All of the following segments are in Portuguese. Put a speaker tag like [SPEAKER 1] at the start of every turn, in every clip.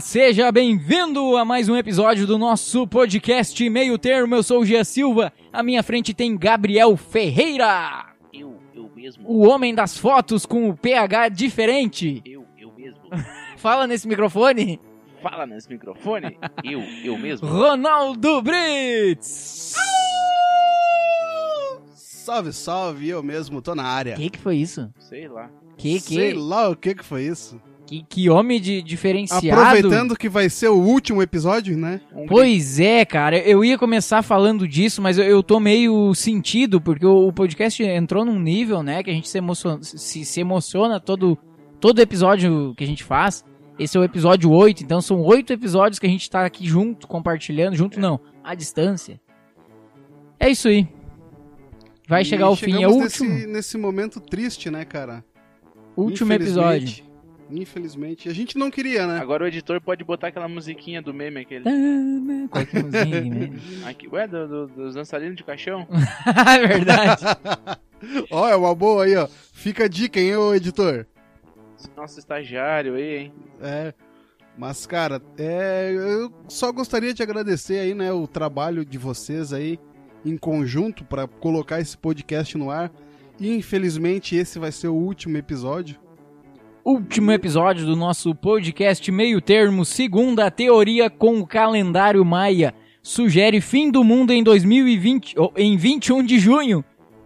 [SPEAKER 1] Seja bem-vindo a mais um episódio do nosso podcast Meio Termo. Eu sou o Gia Silva. À minha frente tem Gabriel Ferreira,
[SPEAKER 2] Eu, eu mesmo.
[SPEAKER 1] o homem das fotos com o pH diferente.
[SPEAKER 2] Eu, eu mesmo.
[SPEAKER 1] Fala nesse microfone,
[SPEAKER 2] Fala nesse microfone. Eu, eu mesmo.
[SPEAKER 1] Ronaldo Brits.
[SPEAKER 3] Salve, salve, eu mesmo tô na área.
[SPEAKER 1] Que que foi isso?
[SPEAKER 2] Sei lá.
[SPEAKER 1] Que
[SPEAKER 3] Sei
[SPEAKER 1] que
[SPEAKER 3] lá o que que foi isso.
[SPEAKER 1] que, que homem de diferenciado?
[SPEAKER 3] Aproveitando que vai ser o último episódio, né?
[SPEAKER 2] Um
[SPEAKER 1] Pois é, cara, eu ia começar falando disso, mas eu, eu tô meio sentido, porque o, o podcast entrou num nível, né, que a gente se emociona, se, se emociona todo, todo episódio que a gente faz. Esse é o episódio 8, então são oito episódios que a gente tá aqui junto, compartilhando, junto não, à distância. É isso aí. Vai chegar
[SPEAKER 3] E
[SPEAKER 1] ao fim, é o
[SPEAKER 3] chegamos
[SPEAKER 1] último,
[SPEAKER 3] Nesse, nesse momento triste, né, cara?
[SPEAKER 1] último episódio.
[SPEAKER 3] Infelizmente. Infelizmente. A gente não queria, né?
[SPEAKER 2] Agora o editor pode botar aquela musiquinha do meme aquele.
[SPEAKER 1] Qual que é a musiquinha, né?
[SPEAKER 2] Aqui, ué, do- do- dos dançarinos de caixão?
[SPEAKER 1] É verdade.
[SPEAKER 3] Ó, é uma boa aí, ó. Fica a dica, hein, ô editor?
[SPEAKER 2] Nosso estagiário aí, hein?
[SPEAKER 3] É. Mas, cara, é, eu só gostaria de agradecer aí, né, o trabalho de vocês aí em conjunto pra colocar esse podcast no ar. E, infelizmente, esse vai ser o último episódio.
[SPEAKER 1] Último episódio do nosso podcast Meio Termo, segunda teoria com o calendário Maia. Sugere fim do mundo em 2020, ou em 21 de junho.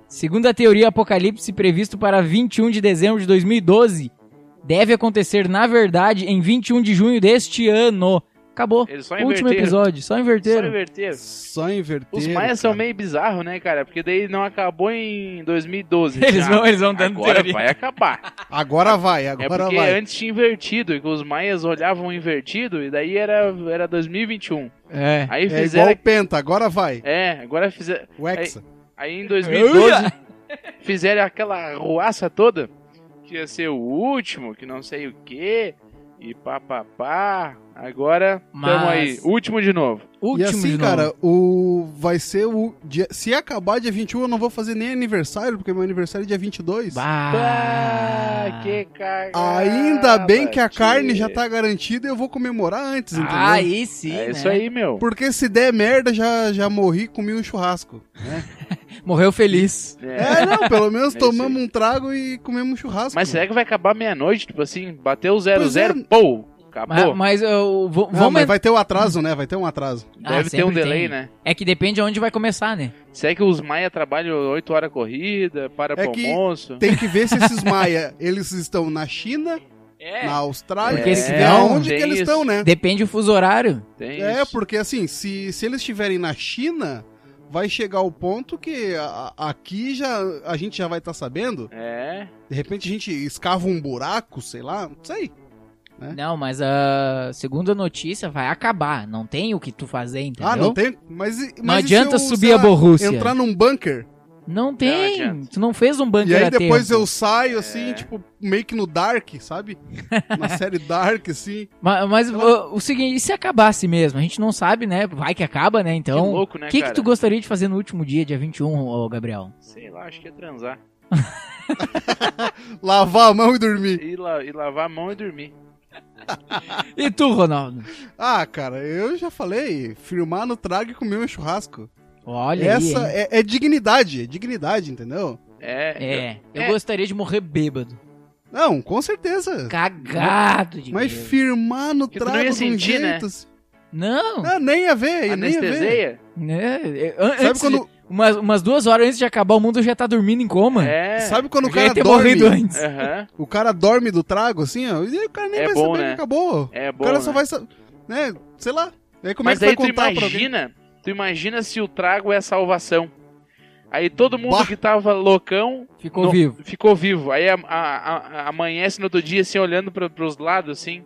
[SPEAKER 1] Segunda teoria apocalipse previsto para 21 de dezembro de 2012. Deve acontecer, na verdade, em 21 de junho deste ano. Acabou.
[SPEAKER 2] Eles É, só
[SPEAKER 1] Último
[SPEAKER 2] inverteram.
[SPEAKER 1] episódio, só
[SPEAKER 2] Só
[SPEAKER 1] inverteram.
[SPEAKER 2] inverteram.
[SPEAKER 3] Só inverter.
[SPEAKER 2] Os maias são meio bizarros, né, cara? Porque daí não acabou em 2012.
[SPEAKER 1] Eles
[SPEAKER 2] Já.
[SPEAKER 1] vão, eles vão dando
[SPEAKER 2] Agora
[SPEAKER 1] teoria.
[SPEAKER 2] vai acabar.
[SPEAKER 3] Agora vai,
[SPEAKER 2] É
[SPEAKER 3] agora
[SPEAKER 2] porque
[SPEAKER 3] vai.
[SPEAKER 2] antes tinha invertido, que os maias olhavam invertido, e daí era, era 2021.
[SPEAKER 1] É.
[SPEAKER 2] Aí
[SPEAKER 3] É igual
[SPEAKER 2] fizeram.
[SPEAKER 3] o Penta, agora vai.
[SPEAKER 2] É, agora fizeram.
[SPEAKER 3] O Hexa.
[SPEAKER 2] Aí em 2012
[SPEAKER 1] Uia!
[SPEAKER 2] fizeram aquela ruaça toda, que ia ser o último, que não sei o que, e pá, pá, pá. Agora, tamo aí,
[SPEAKER 1] Mas-
[SPEAKER 2] último de novo.
[SPEAKER 3] E
[SPEAKER 1] Último de
[SPEAKER 3] assim,
[SPEAKER 1] novo.
[SPEAKER 3] cara, o vai ser o dia... se acabar dia 21, eu não vou fazer nem aniversário, porque meu aniversário é dia 22.
[SPEAKER 1] Bah.
[SPEAKER 2] Ah, que cagada.
[SPEAKER 3] Ainda bem que a
[SPEAKER 2] tchê.
[SPEAKER 3] carne já tá garantida, eu vou comemorar antes, entendeu?
[SPEAKER 1] Aí sim,
[SPEAKER 2] É
[SPEAKER 1] né?
[SPEAKER 2] isso aí, meu.
[SPEAKER 3] Porque se der merda, já, já morri e comi um churrasco.
[SPEAKER 1] Morreu feliz.
[SPEAKER 2] É.
[SPEAKER 3] É, não, pelo menos
[SPEAKER 2] É isso aí.
[SPEAKER 3] tomamos um trago e comemos um churrasco.
[SPEAKER 2] Mas é será que vai acabar meia-noite? Tipo assim, bateu o zero,
[SPEAKER 3] Pois
[SPEAKER 2] zero,
[SPEAKER 3] é.
[SPEAKER 2] pô,
[SPEAKER 1] Mas,
[SPEAKER 2] acabou.
[SPEAKER 1] mas eu, vou-
[SPEAKER 3] Não,
[SPEAKER 1] vamos
[SPEAKER 3] mas vai ter o atraso, né? Vai ter um atraso.
[SPEAKER 1] Ah,
[SPEAKER 2] Deve ter um
[SPEAKER 1] sempre
[SPEAKER 2] delay,
[SPEAKER 1] tem.
[SPEAKER 2] né?
[SPEAKER 1] É que depende de onde vai começar, né?
[SPEAKER 2] Será que os maia trabalham 8 horas corrida, para
[SPEAKER 3] É
[SPEAKER 2] pro
[SPEAKER 3] que-
[SPEAKER 2] almoço?
[SPEAKER 3] Tem que ver se esses maia, eles estão na China,
[SPEAKER 1] É.
[SPEAKER 3] na Austrália,
[SPEAKER 1] Porque se
[SPEAKER 3] é,
[SPEAKER 1] der um-
[SPEAKER 3] onde que
[SPEAKER 2] tem
[SPEAKER 3] eles
[SPEAKER 2] isso.
[SPEAKER 3] estão, né?
[SPEAKER 1] Depende do fuso horário.
[SPEAKER 2] Tem
[SPEAKER 3] É,
[SPEAKER 2] isso.
[SPEAKER 3] porque assim, se, se eles estiverem na China, vai chegar o ponto que a- a- aqui já a gente já vai estar sabendo.
[SPEAKER 2] É.
[SPEAKER 3] De repente a gente escava um buraco, sei lá, não sei. É.
[SPEAKER 1] Não, mas a segunda notícia vai acabar. Não tem o que tu fazer, entendeu?
[SPEAKER 3] Ah, não tem. Mas, e-
[SPEAKER 1] Não
[SPEAKER 3] mas e se
[SPEAKER 1] adianta
[SPEAKER 3] eu,
[SPEAKER 1] subir
[SPEAKER 3] sei
[SPEAKER 1] a
[SPEAKER 3] lá,
[SPEAKER 1] Borrússia.
[SPEAKER 3] Entrar num bunker.
[SPEAKER 1] Não
[SPEAKER 2] Não
[SPEAKER 1] tem.
[SPEAKER 2] adianta.
[SPEAKER 1] tu não fez um
[SPEAKER 3] E
[SPEAKER 1] bunker
[SPEAKER 3] aí
[SPEAKER 1] a
[SPEAKER 3] depois
[SPEAKER 1] tempo.
[SPEAKER 3] eu saio assim,
[SPEAKER 2] É.
[SPEAKER 3] tipo, meio que no Dark, sabe? Na série Dark, assim.
[SPEAKER 1] Ma- Mas, ó, o seguinte, e se acabasse mesmo? A gente não sabe, né? Vai que acaba, né?
[SPEAKER 2] que
[SPEAKER 1] Então,
[SPEAKER 2] louco, né,
[SPEAKER 1] o que, que
[SPEAKER 2] cara?
[SPEAKER 1] tu gostaria de fazer no último dia, dia 21, ô, Gabriel?
[SPEAKER 2] Sei lá, acho que é transar.
[SPEAKER 3] Lavar a mão e dormir.
[SPEAKER 2] E, la- e lavar a mão e dormir.
[SPEAKER 1] E tu, Ronaldo?
[SPEAKER 3] Ah, cara, eu já falei, filmar no trago e comer um churrasco.
[SPEAKER 1] Olha
[SPEAKER 3] Essa
[SPEAKER 1] aí. hein?
[SPEAKER 3] é, é dignidade, é dignidade, entendeu?
[SPEAKER 2] É.
[SPEAKER 1] É, eu
[SPEAKER 2] É.
[SPEAKER 1] gostaria de morrer bêbado.
[SPEAKER 3] Não, com certeza.
[SPEAKER 1] Cagado de
[SPEAKER 3] Mas
[SPEAKER 1] bêbado.
[SPEAKER 3] firmar no
[SPEAKER 2] Que tu não
[SPEAKER 3] trago
[SPEAKER 2] ia
[SPEAKER 3] de um
[SPEAKER 2] sentir, né?
[SPEAKER 3] jeito, assim.
[SPEAKER 1] Não,
[SPEAKER 3] Ah, nem ia ver, nem ia ver.
[SPEAKER 2] Anestesia?
[SPEAKER 1] né? É, an-
[SPEAKER 3] Sabe
[SPEAKER 1] antes de-
[SPEAKER 3] quando,
[SPEAKER 1] umas, umas duas horas antes de acabar o mundo já tá dormindo em coma.
[SPEAKER 2] É.
[SPEAKER 3] sabe quando o
[SPEAKER 1] já ia
[SPEAKER 3] cara
[SPEAKER 1] ter
[SPEAKER 3] dorme?
[SPEAKER 1] morrido antes.
[SPEAKER 2] Aham.
[SPEAKER 3] O cara dorme do trago, assim, ó. E o cara nem
[SPEAKER 2] É
[SPEAKER 3] vai
[SPEAKER 2] bom,
[SPEAKER 3] saber
[SPEAKER 2] né?
[SPEAKER 3] que acabou.
[SPEAKER 2] É bom.
[SPEAKER 3] o cara só
[SPEAKER 2] né?
[SPEAKER 3] vai saber. Né? Sei lá. E aí como
[SPEAKER 2] Mas
[SPEAKER 3] é
[SPEAKER 2] aí
[SPEAKER 3] que
[SPEAKER 2] tu
[SPEAKER 3] vai contar pra alguém?
[SPEAKER 2] imagina, tu imagina se o trago é a salvação. Aí todo mundo
[SPEAKER 3] Bah.
[SPEAKER 2] que tava loucão
[SPEAKER 1] Ficou
[SPEAKER 2] não-
[SPEAKER 1] vivo.
[SPEAKER 2] ficou vivo. Aí a- a- a- amanhece no outro dia, assim, olhando pra, pros lados, assim.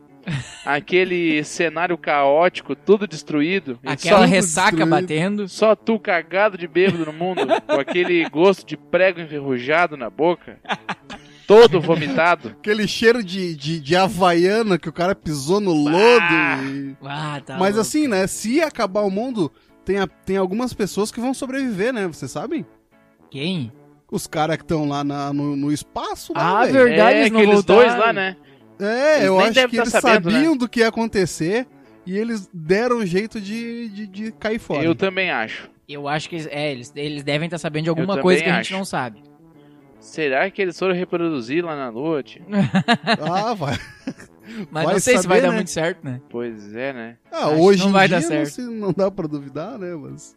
[SPEAKER 2] Aquele cenário caótico, tudo destruído. E
[SPEAKER 1] Aquela
[SPEAKER 3] tudo
[SPEAKER 1] ressaca
[SPEAKER 3] destruído.
[SPEAKER 1] batendo.
[SPEAKER 2] Só tu cagado de bêbado no mundo, com aquele gosto de prego enferrujado na boca, todo vomitado.
[SPEAKER 3] Aquele cheiro de, de, de havaiana que o cara pisou no lodo.
[SPEAKER 2] Bah!
[SPEAKER 3] e-
[SPEAKER 1] Ah, tá
[SPEAKER 3] Mas
[SPEAKER 1] louco.
[SPEAKER 3] assim, né? Se acabar o mundo, tem, a- tem algumas pessoas que vão sobreviver, né? Vocês sabem?
[SPEAKER 1] Quem?
[SPEAKER 3] Os caras que estão lá na- no, no espaço. Lá,
[SPEAKER 1] Ah,
[SPEAKER 3] velho.
[SPEAKER 1] verdade,
[SPEAKER 2] é,
[SPEAKER 1] eles não
[SPEAKER 2] aqueles
[SPEAKER 1] voltaram.
[SPEAKER 2] dois lá, né?
[SPEAKER 3] É,
[SPEAKER 2] Eles
[SPEAKER 3] eu
[SPEAKER 2] nem
[SPEAKER 3] acho
[SPEAKER 2] devem
[SPEAKER 3] que
[SPEAKER 2] tá
[SPEAKER 3] eles
[SPEAKER 2] sabendo,
[SPEAKER 3] sabiam do que ia acontecer. E eles deram um jeito de, de, de cair fora.
[SPEAKER 2] Eu também acho.
[SPEAKER 1] Eu acho que eles, é, eles, eles devem estar sabendo de alguma
[SPEAKER 2] também
[SPEAKER 1] coisa que a gente
[SPEAKER 2] acho.
[SPEAKER 1] não sabe.
[SPEAKER 2] Será que eles foram reproduzir lá na Lua, tio?
[SPEAKER 3] Ah, vai.
[SPEAKER 1] Mas
[SPEAKER 3] Vai
[SPEAKER 1] não sei se
[SPEAKER 3] saber,
[SPEAKER 1] vai dar
[SPEAKER 3] né?
[SPEAKER 1] muito certo, né?
[SPEAKER 2] Pois é, né?
[SPEAKER 3] Ah,
[SPEAKER 1] Acho que
[SPEAKER 3] hoje
[SPEAKER 1] não
[SPEAKER 3] em
[SPEAKER 1] vai
[SPEAKER 3] dia
[SPEAKER 1] dar certo.
[SPEAKER 3] Não, se- não dá pra duvidar, né? Mas,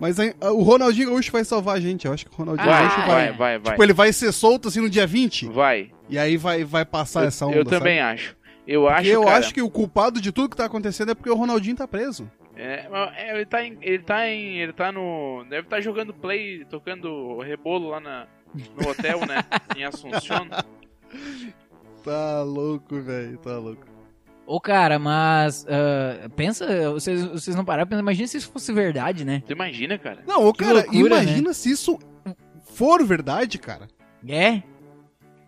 [SPEAKER 3] mas aí, ah, o Ronaldinho Gaúcho vai salvar a gente. Eu acho que o Ronaldinho
[SPEAKER 2] Vai,
[SPEAKER 3] Gaúcho vai.
[SPEAKER 2] vai,
[SPEAKER 1] é.
[SPEAKER 2] vai, vai.
[SPEAKER 3] Tipo, ele vai ser solto assim no dia 20
[SPEAKER 2] Vai.
[SPEAKER 3] e aí vai, vai passar
[SPEAKER 2] eu,
[SPEAKER 3] essa onda.
[SPEAKER 2] eu também acho. Eu
[SPEAKER 3] sabe?
[SPEAKER 2] acho,
[SPEAKER 3] eu
[SPEAKER 2] cara,
[SPEAKER 3] acho que o culpado de tudo que tá acontecendo é porque o Ronaldinho tá preso.
[SPEAKER 2] É, mas é, ele tá em, ele tá em, ele tá no, deve estar jogando play, tocando rebolo lá na, no hotel, né? Em Assunção.
[SPEAKER 3] Tá louco, velho, tá louco.
[SPEAKER 1] Ô, cara, mas. ah, pensa, vocês, vocês não pararam, pensa, imagina se isso fosse verdade, né?
[SPEAKER 2] Tu imagina, cara?
[SPEAKER 3] Não, ô,
[SPEAKER 1] Que
[SPEAKER 3] cara,
[SPEAKER 1] loucura, né?
[SPEAKER 3] imagina se isso for verdade, cara.
[SPEAKER 1] É?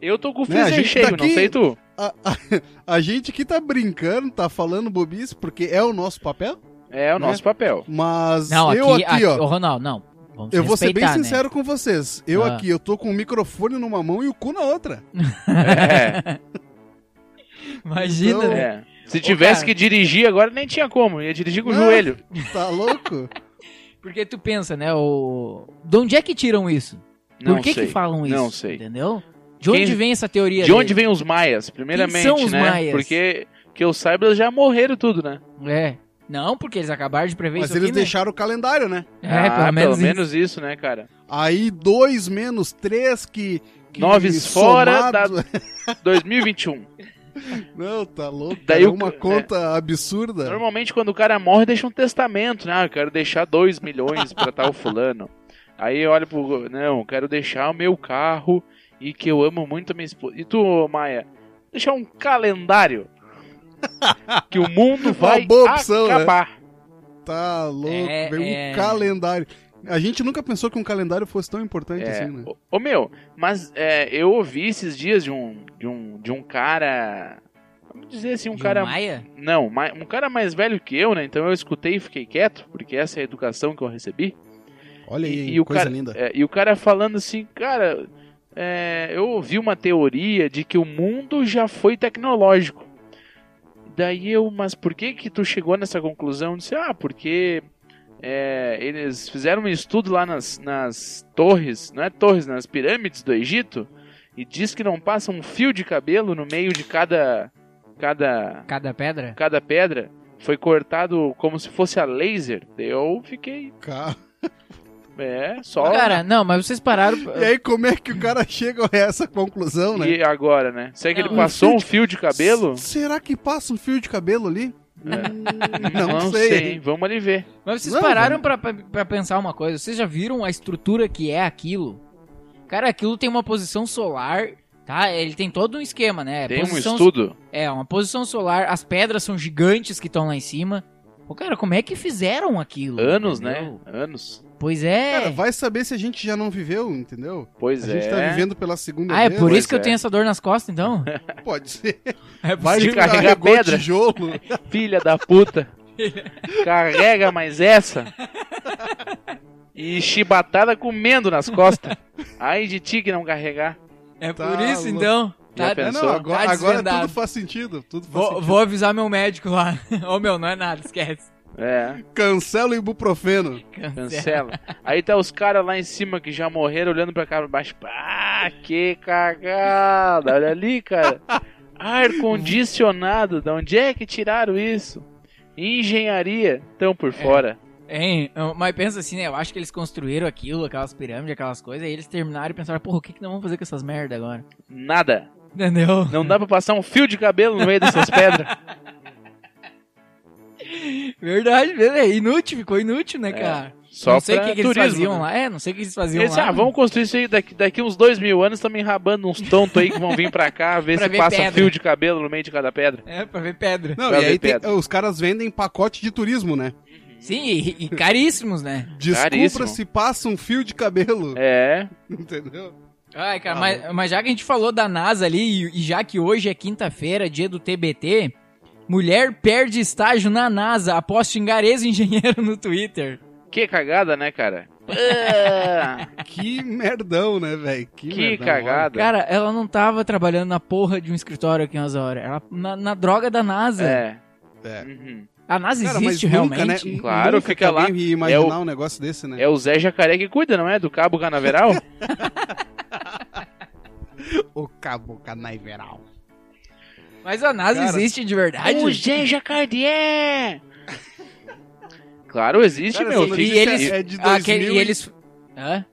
[SPEAKER 2] Eu tô com o
[SPEAKER 3] Né, a
[SPEAKER 2] freezer
[SPEAKER 3] gente
[SPEAKER 2] cheio,
[SPEAKER 3] tá
[SPEAKER 2] não
[SPEAKER 3] aqui-
[SPEAKER 2] sei tu.
[SPEAKER 3] A, a- a gente aqui tá brincando, tá falando bobice, porque é o nosso papel,
[SPEAKER 2] É o
[SPEAKER 3] Né?
[SPEAKER 2] nosso papel.
[SPEAKER 3] mas
[SPEAKER 1] Não, aqui,
[SPEAKER 3] eu aqui,
[SPEAKER 1] aqui,
[SPEAKER 3] ó,
[SPEAKER 1] Ô, Ronaldo, não. Vamos
[SPEAKER 3] eu vou ser bem
[SPEAKER 1] respeitar, né?
[SPEAKER 3] sincero com vocês. Eu
[SPEAKER 1] Ah.
[SPEAKER 3] aqui, eu tô com o microfone numa mão e o cu na outra.
[SPEAKER 2] É,
[SPEAKER 1] Imagina,
[SPEAKER 3] Então,
[SPEAKER 1] né?
[SPEAKER 2] é. Se tivesse
[SPEAKER 1] cara.
[SPEAKER 2] que dirigir agora, nem tinha como. Ia dirigir com o
[SPEAKER 3] Não.
[SPEAKER 2] joelho.
[SPEAKER 3] Tá louco?
[SPEAKER 1] Porque tu pensa, né? O... De onde é que tiram isso?
[SPEAKER 2] Não
[SPEAKER 1] Por que
[SPEAKER 2] sei.
[SPEAKER 1] que falam isso?
[SPEAKER 2] Não sei.
[SPEAKER 1] Entendeu? De onde
[SPEAKER 2] Quem-
[SPEAKER 1] vem essa teoria?
[SPEAKER 2] De onde vem os maias,
[SPEAKER 1] Quem
[SPEAKER 2] primeiramente,
[SPEAKER 1] são os
[SPEAKER 2] né?
[SPEAKER 1] maias?
[SPEAKER 2] Porque que eu saiba, eles já morreram tudo, né?
[SPEAKER 1] vem? É. Não, porque eles acabaram de prever
[SPEAKER 3] Mas
[SPEAKER 1] isso
[SPEAKER 3] eles
[SPEAKER 1] aqui, né?
[SPEAKER 3] deixaram o calendário, né?
[SPEAKER 1] É,
[SPEAKER 2] Ah,
[SPEAKER 1] pelo menos isso.
[SPEAKER 2] isso, né, cara?
[SPEAKER 3] Aí dois menos três que. que
[SPEAKER 2] Nove fora
[SPEAKER 3] somados-
[SPEAKER 2] 2021.
[SPEAKER 3] Não, tá louco.
[SPEAKER 2] Daí
[SPEAKER 3] Daí
[SPEAKER 2] o é.
[SPEAKER 3] uma
[SPEAKER 2] ca-
[SPEAKER 3] conta absurda.
[SPEAKER 2] Normalmente quando o cara morre, deixa um testamento, né? Ah, eu quero deixar 2 milhões pra tal fulano. Aí olha pro, não, eu quero deixar o meu carro e que eu amo muito a minha esposa. E tu, ô, Maia, deixar um calendário que o mundo vai
[SPEAKER 3] boa opção, né?
[SPEAKER 2] acabar.
[SPEAKER 3] Tá louco.
[SPEAKER 1] É,
[SPEAKER 3] veio
[SPEAKER 1] é.
[SPEAKER 3] um calendário. A gente nunca pensou que um calendário fosse tão importante
[SPEAKER 2] É,
[SPEAKER 3] assim, né?
[SPEAKER 2] ô- Ô meu, mas é, eu ouvi esses dias de um de um de um cara, vamos dizer assim, um
[SPEAKER 1] De
[SPEAKER 2] cara
[SPEAKER 1] Maia?
[SPEAKER 2] Não, ma- um cara mais velho que eu, né? Então eu escutei e fiquei quieto, porque essa é a educação que eu recebi.
[SPEAKER 3] Olha aí,
[SPEAKER 2] e o
[SPEAKER 3] coisa
[SPEAKER 2] cara-
[SPEAKER 3] linda.
[SPEAKER 2] É, e o cara falando assim, cara, é, eu ouvi uma teoria de que o mundo já foi tecnológico. Daí eu, mas por que que tu chegou nessa conclusão? Eu disse, ah, porque é, eles fizeram um estudo lá nas, nas torres, não é torres, nas pirâmides do Egito, e diz que não passa um fio de cabelo no meio de cada cada
[SPEAKER 1] Cada pedra?
[SPEAKER 2] cada pedra foi cortado como se fosse a laser. Eu fiquei,
[SPEAKER 3] Cara.
[SPEAKER 2] é, só.
[SPEAKER 1] Cara, não, mas vocês pararam.
[SPEAKER 3] E aí, como é que o cara chega a essa conclusão, né?
[SPEAKER 2] E agora, né? Será que
[SPEAKER 1] Não,
[SPEAKER 2] ele
[SPEAKER 1] um
[SPEAKER 2] passou
[SPEAKER 3] fio
[SPEAKER 2] um fio de cabelo?
[SPEAKER 3] S- Será que passa um fio de cabelo ali? Hum, Não, sei.
[SPEAKER 2] É. sei. hein? Vamos ali ver.
[SPEAKER 1] Mas vocês
[SPEAKER 3] Não,
[SPEAKER 1] pararam pra, pra, pra pensar uma coisa. Vocês já viram a estrutura que é aquilo? Cara, aquilo tem uma posição solar, tá? Ele tem todo um esquema, né?
[SPEAKER 2] Tem um
[SPEAKER 1] Posição-
[SPEAKER 2] estudo.
[SPEAKER 1] É, uma posição solar. As pedras são gigantes que estão lá em cima. Pô, cara, como é que fizeram aquilo?
[SPEAKER 2] Anos,
[SPEAKER 1] entendeu?
[SPEAKER 2] né? Anos.
[SPEAKER 1] Pois é.
[SPEAKER 3] Cara, vai saber se a gente já não viveu, entendeu?
[SPEAKER 2] Pois
[SPEAKER 3] A
[SPEAKER 2] é.
[SPEAKER 3] gente tá vivendo pela segunda
[SPEAKER 1] ah, é
[SPEAKER 3] vez. né?
[SPEAKER 1] por
[SPEAKER 2] Pois
[SPEAKER 1] isso que eu
[SPEAKER 2] é.
[SPEAKER 1] tenho essa dor nas costas, então?
[SPEAKER 3] Pode ser.
[SPEAKER 1] É
[SPEAKER 3] Vai
[SPEAKER 2] Se
[SPEAKER 1] possível.
[SPEAKER 3] que
[SPEAKER 2] carregar
[SPEAKER 3] carregou
[SPEAKER 2] pedra.
[SPEAKER 3] tijolo.
[SPEAKER 2] Filha da puta. Carrega mais essa. E chibatada comendo nas costas. Ai de ti que não carregar.
[SPEAKER 1] É
[SPEAKER 3] Tá
[SPEAKER 1] por isso,
[SPEAKER 3] louco.
[SPEAKER 1] então.
[SPEAKER 2] Já
[SPEAKER 1] Tá,
[SPEAKER 3] É,
[SPEAKER 2] pensou?
[SPEAKER 3] não, agora,
[SPEAKER 1] Tá
[SPEAKER 3] agora
[SPEAKER 1] desvendado.
[SPEAKER 3] tudo faz sentido. Tudo faz
[SPEAKER 1] vou,
[SPEAKER 3] sentido.
[SPEAKER 1] vou avisar meu médico lá. Ô, meu, não é nada, esquece.
[SPEAKER 2] É,
[SPEAKER 3] Cancela o ibuprofeno.
[SPEAKER 2] cancela. Aí tá os caras lá em cima que já morreram olhando pra cá pra baixo. Ah, que cagada! Olha ali, cara. Ar condicionado, de onde é que tiraram isso? Engenharia, tão
[SPEAKER 1] É.
[SPEAKER 2] por fora.
[SPEAKER 1] Hein? Mas pensa assim, né? Eu acho que eles construíram aquilo, aquelas pirâmides, aquelas coisas, e eles terminaram e pensaram, porra, o que, que não vamos fazer com essas merda agora?
[SPEAKER 2] Nada.
[SPEAKER 1] Entendeu?
[SPEAKER 2] Não dá pra passar um fio de cabelo no meio dessas pedras.
[SPEAKER 1] Verdade, velho. É inútil, ficou inútil, né,
[SPEAKER 2] É,
[SPEAKER 1] cara?
[SPEAKER 2] Só
[SPEAKER 1] não sei o
[SPEAKER 2] pra
[SPEAKER 1] que, que eles
[SPEAKER 2] turismo,
[SPEAKER 1] faziam
[SPEAKER 2] né?
[SPEAKER 1] lá. É, não sei o que eles faziam
[SPEAKER 2] Eles, disseram,
[SPEAKER 1] lá.
[SPEAKER 2] ah, vamos construir isso aí daqui, daqui uns dois mil anos, estamos enrabando uns tontos aí que vão vir pra cá, ver
[SPEAKER 1] Pra
[SPEAKER 2] se
[SPEAKER 1] ver
[SPEAKER 2] passa
[SPEAKER 1] pedra.
[SPEAKER 2] fio de cabelo no meio de cada pedra.
[SPEAKER 1] É, pra ver pedra.
[SPEAKER 3] Não,
[SPEAKER 2] Pra
[SPEAKER 3] e
[SPEAKER 2] ver
[SPEAKER 3] aí tem-
[SPEAKER 2] pedra.
[SPEAKER 3] os caras vendem pacote de turismo, né?
[SPEAKER 1] Sim, e, e caríssimos, né?
[SPEAKER 3] Descubra
[SPEAKER 2] Caríssimo.
[SPEAKER 3] se passa um fio de cabelo,
[SPEAKER 2] É,
[SPEAKER 3] entendeu?
[SPEAKER 1] Ai, cara,
[SPEAKER 3] Ah,
[SPEAKER 1] mas, mas já que a gente falou da NASA ali, e, e já que hoje é quinta-feira, dia do TBT, mulher perde estágio na NASA após xingar ex-engenheiro no Twitter.
[SPEAKER 2] que cagada, né, cara? Ah.
[SPEAKER 3] Que merdão, né, velho? Que,
[SPEAKER 2] Que
[SPEAKER 3] merdão,
[SPEAKER 2] cagada.
[SPEAKER 1] Cara, ela não tava trabalhando na porra de um escritório aqui em Osório. Ela na, na droga da NASA.
[SPEAKER 2] É.
[SPEAKER 3] É.
[SPEAKER 2] Uhum.
[SPEAKER 1] A NASA
[SPEAKER 3] Cara,
[SPEAKER 1] existe
[SPEAKER 3] mas nunca,
[SPEAKER 1] realmente?
[SPEAKER 3] né? N-
[SPEAKER 2] Claro,
[SPEAKER 3] nunca
[SPEAKER 2] fica
[SPEAKER 3] que alguém
[SPEAKER 2] lá.
[SPEAKER 3] ia imaginar um negócio desse, né?
[SPEAKER 2] É o Zé Jacaré que cuida, não é? Do Cabo Canaveral?
[SPEAKER 3] o Cabo Canaiveral.
[SPEAKER 1] Mas a NASA
[SPEAKER 3] Cara,
[SPEAKER 1] existe de verdade?
[SPEAKER 2] o Zé Jacaré! claro, existe,
[SPEAKER 3] Cara,
[SPEAKER 2] meu.
[SPEAKER 3] essa
[SPEAKER 2] Fica...
[SPEAKER 1] e
[SPEAKER 3] notícia
[SPEAKER 1] eles-
[SPEAKER 3] é de
[SPEAKER 1] Ah, aquele-
[SPEAKER 3] 2000
[SPEAKER 1] e
[SPEAKER 3] e-
[SPEAKER 1] eles... Hã?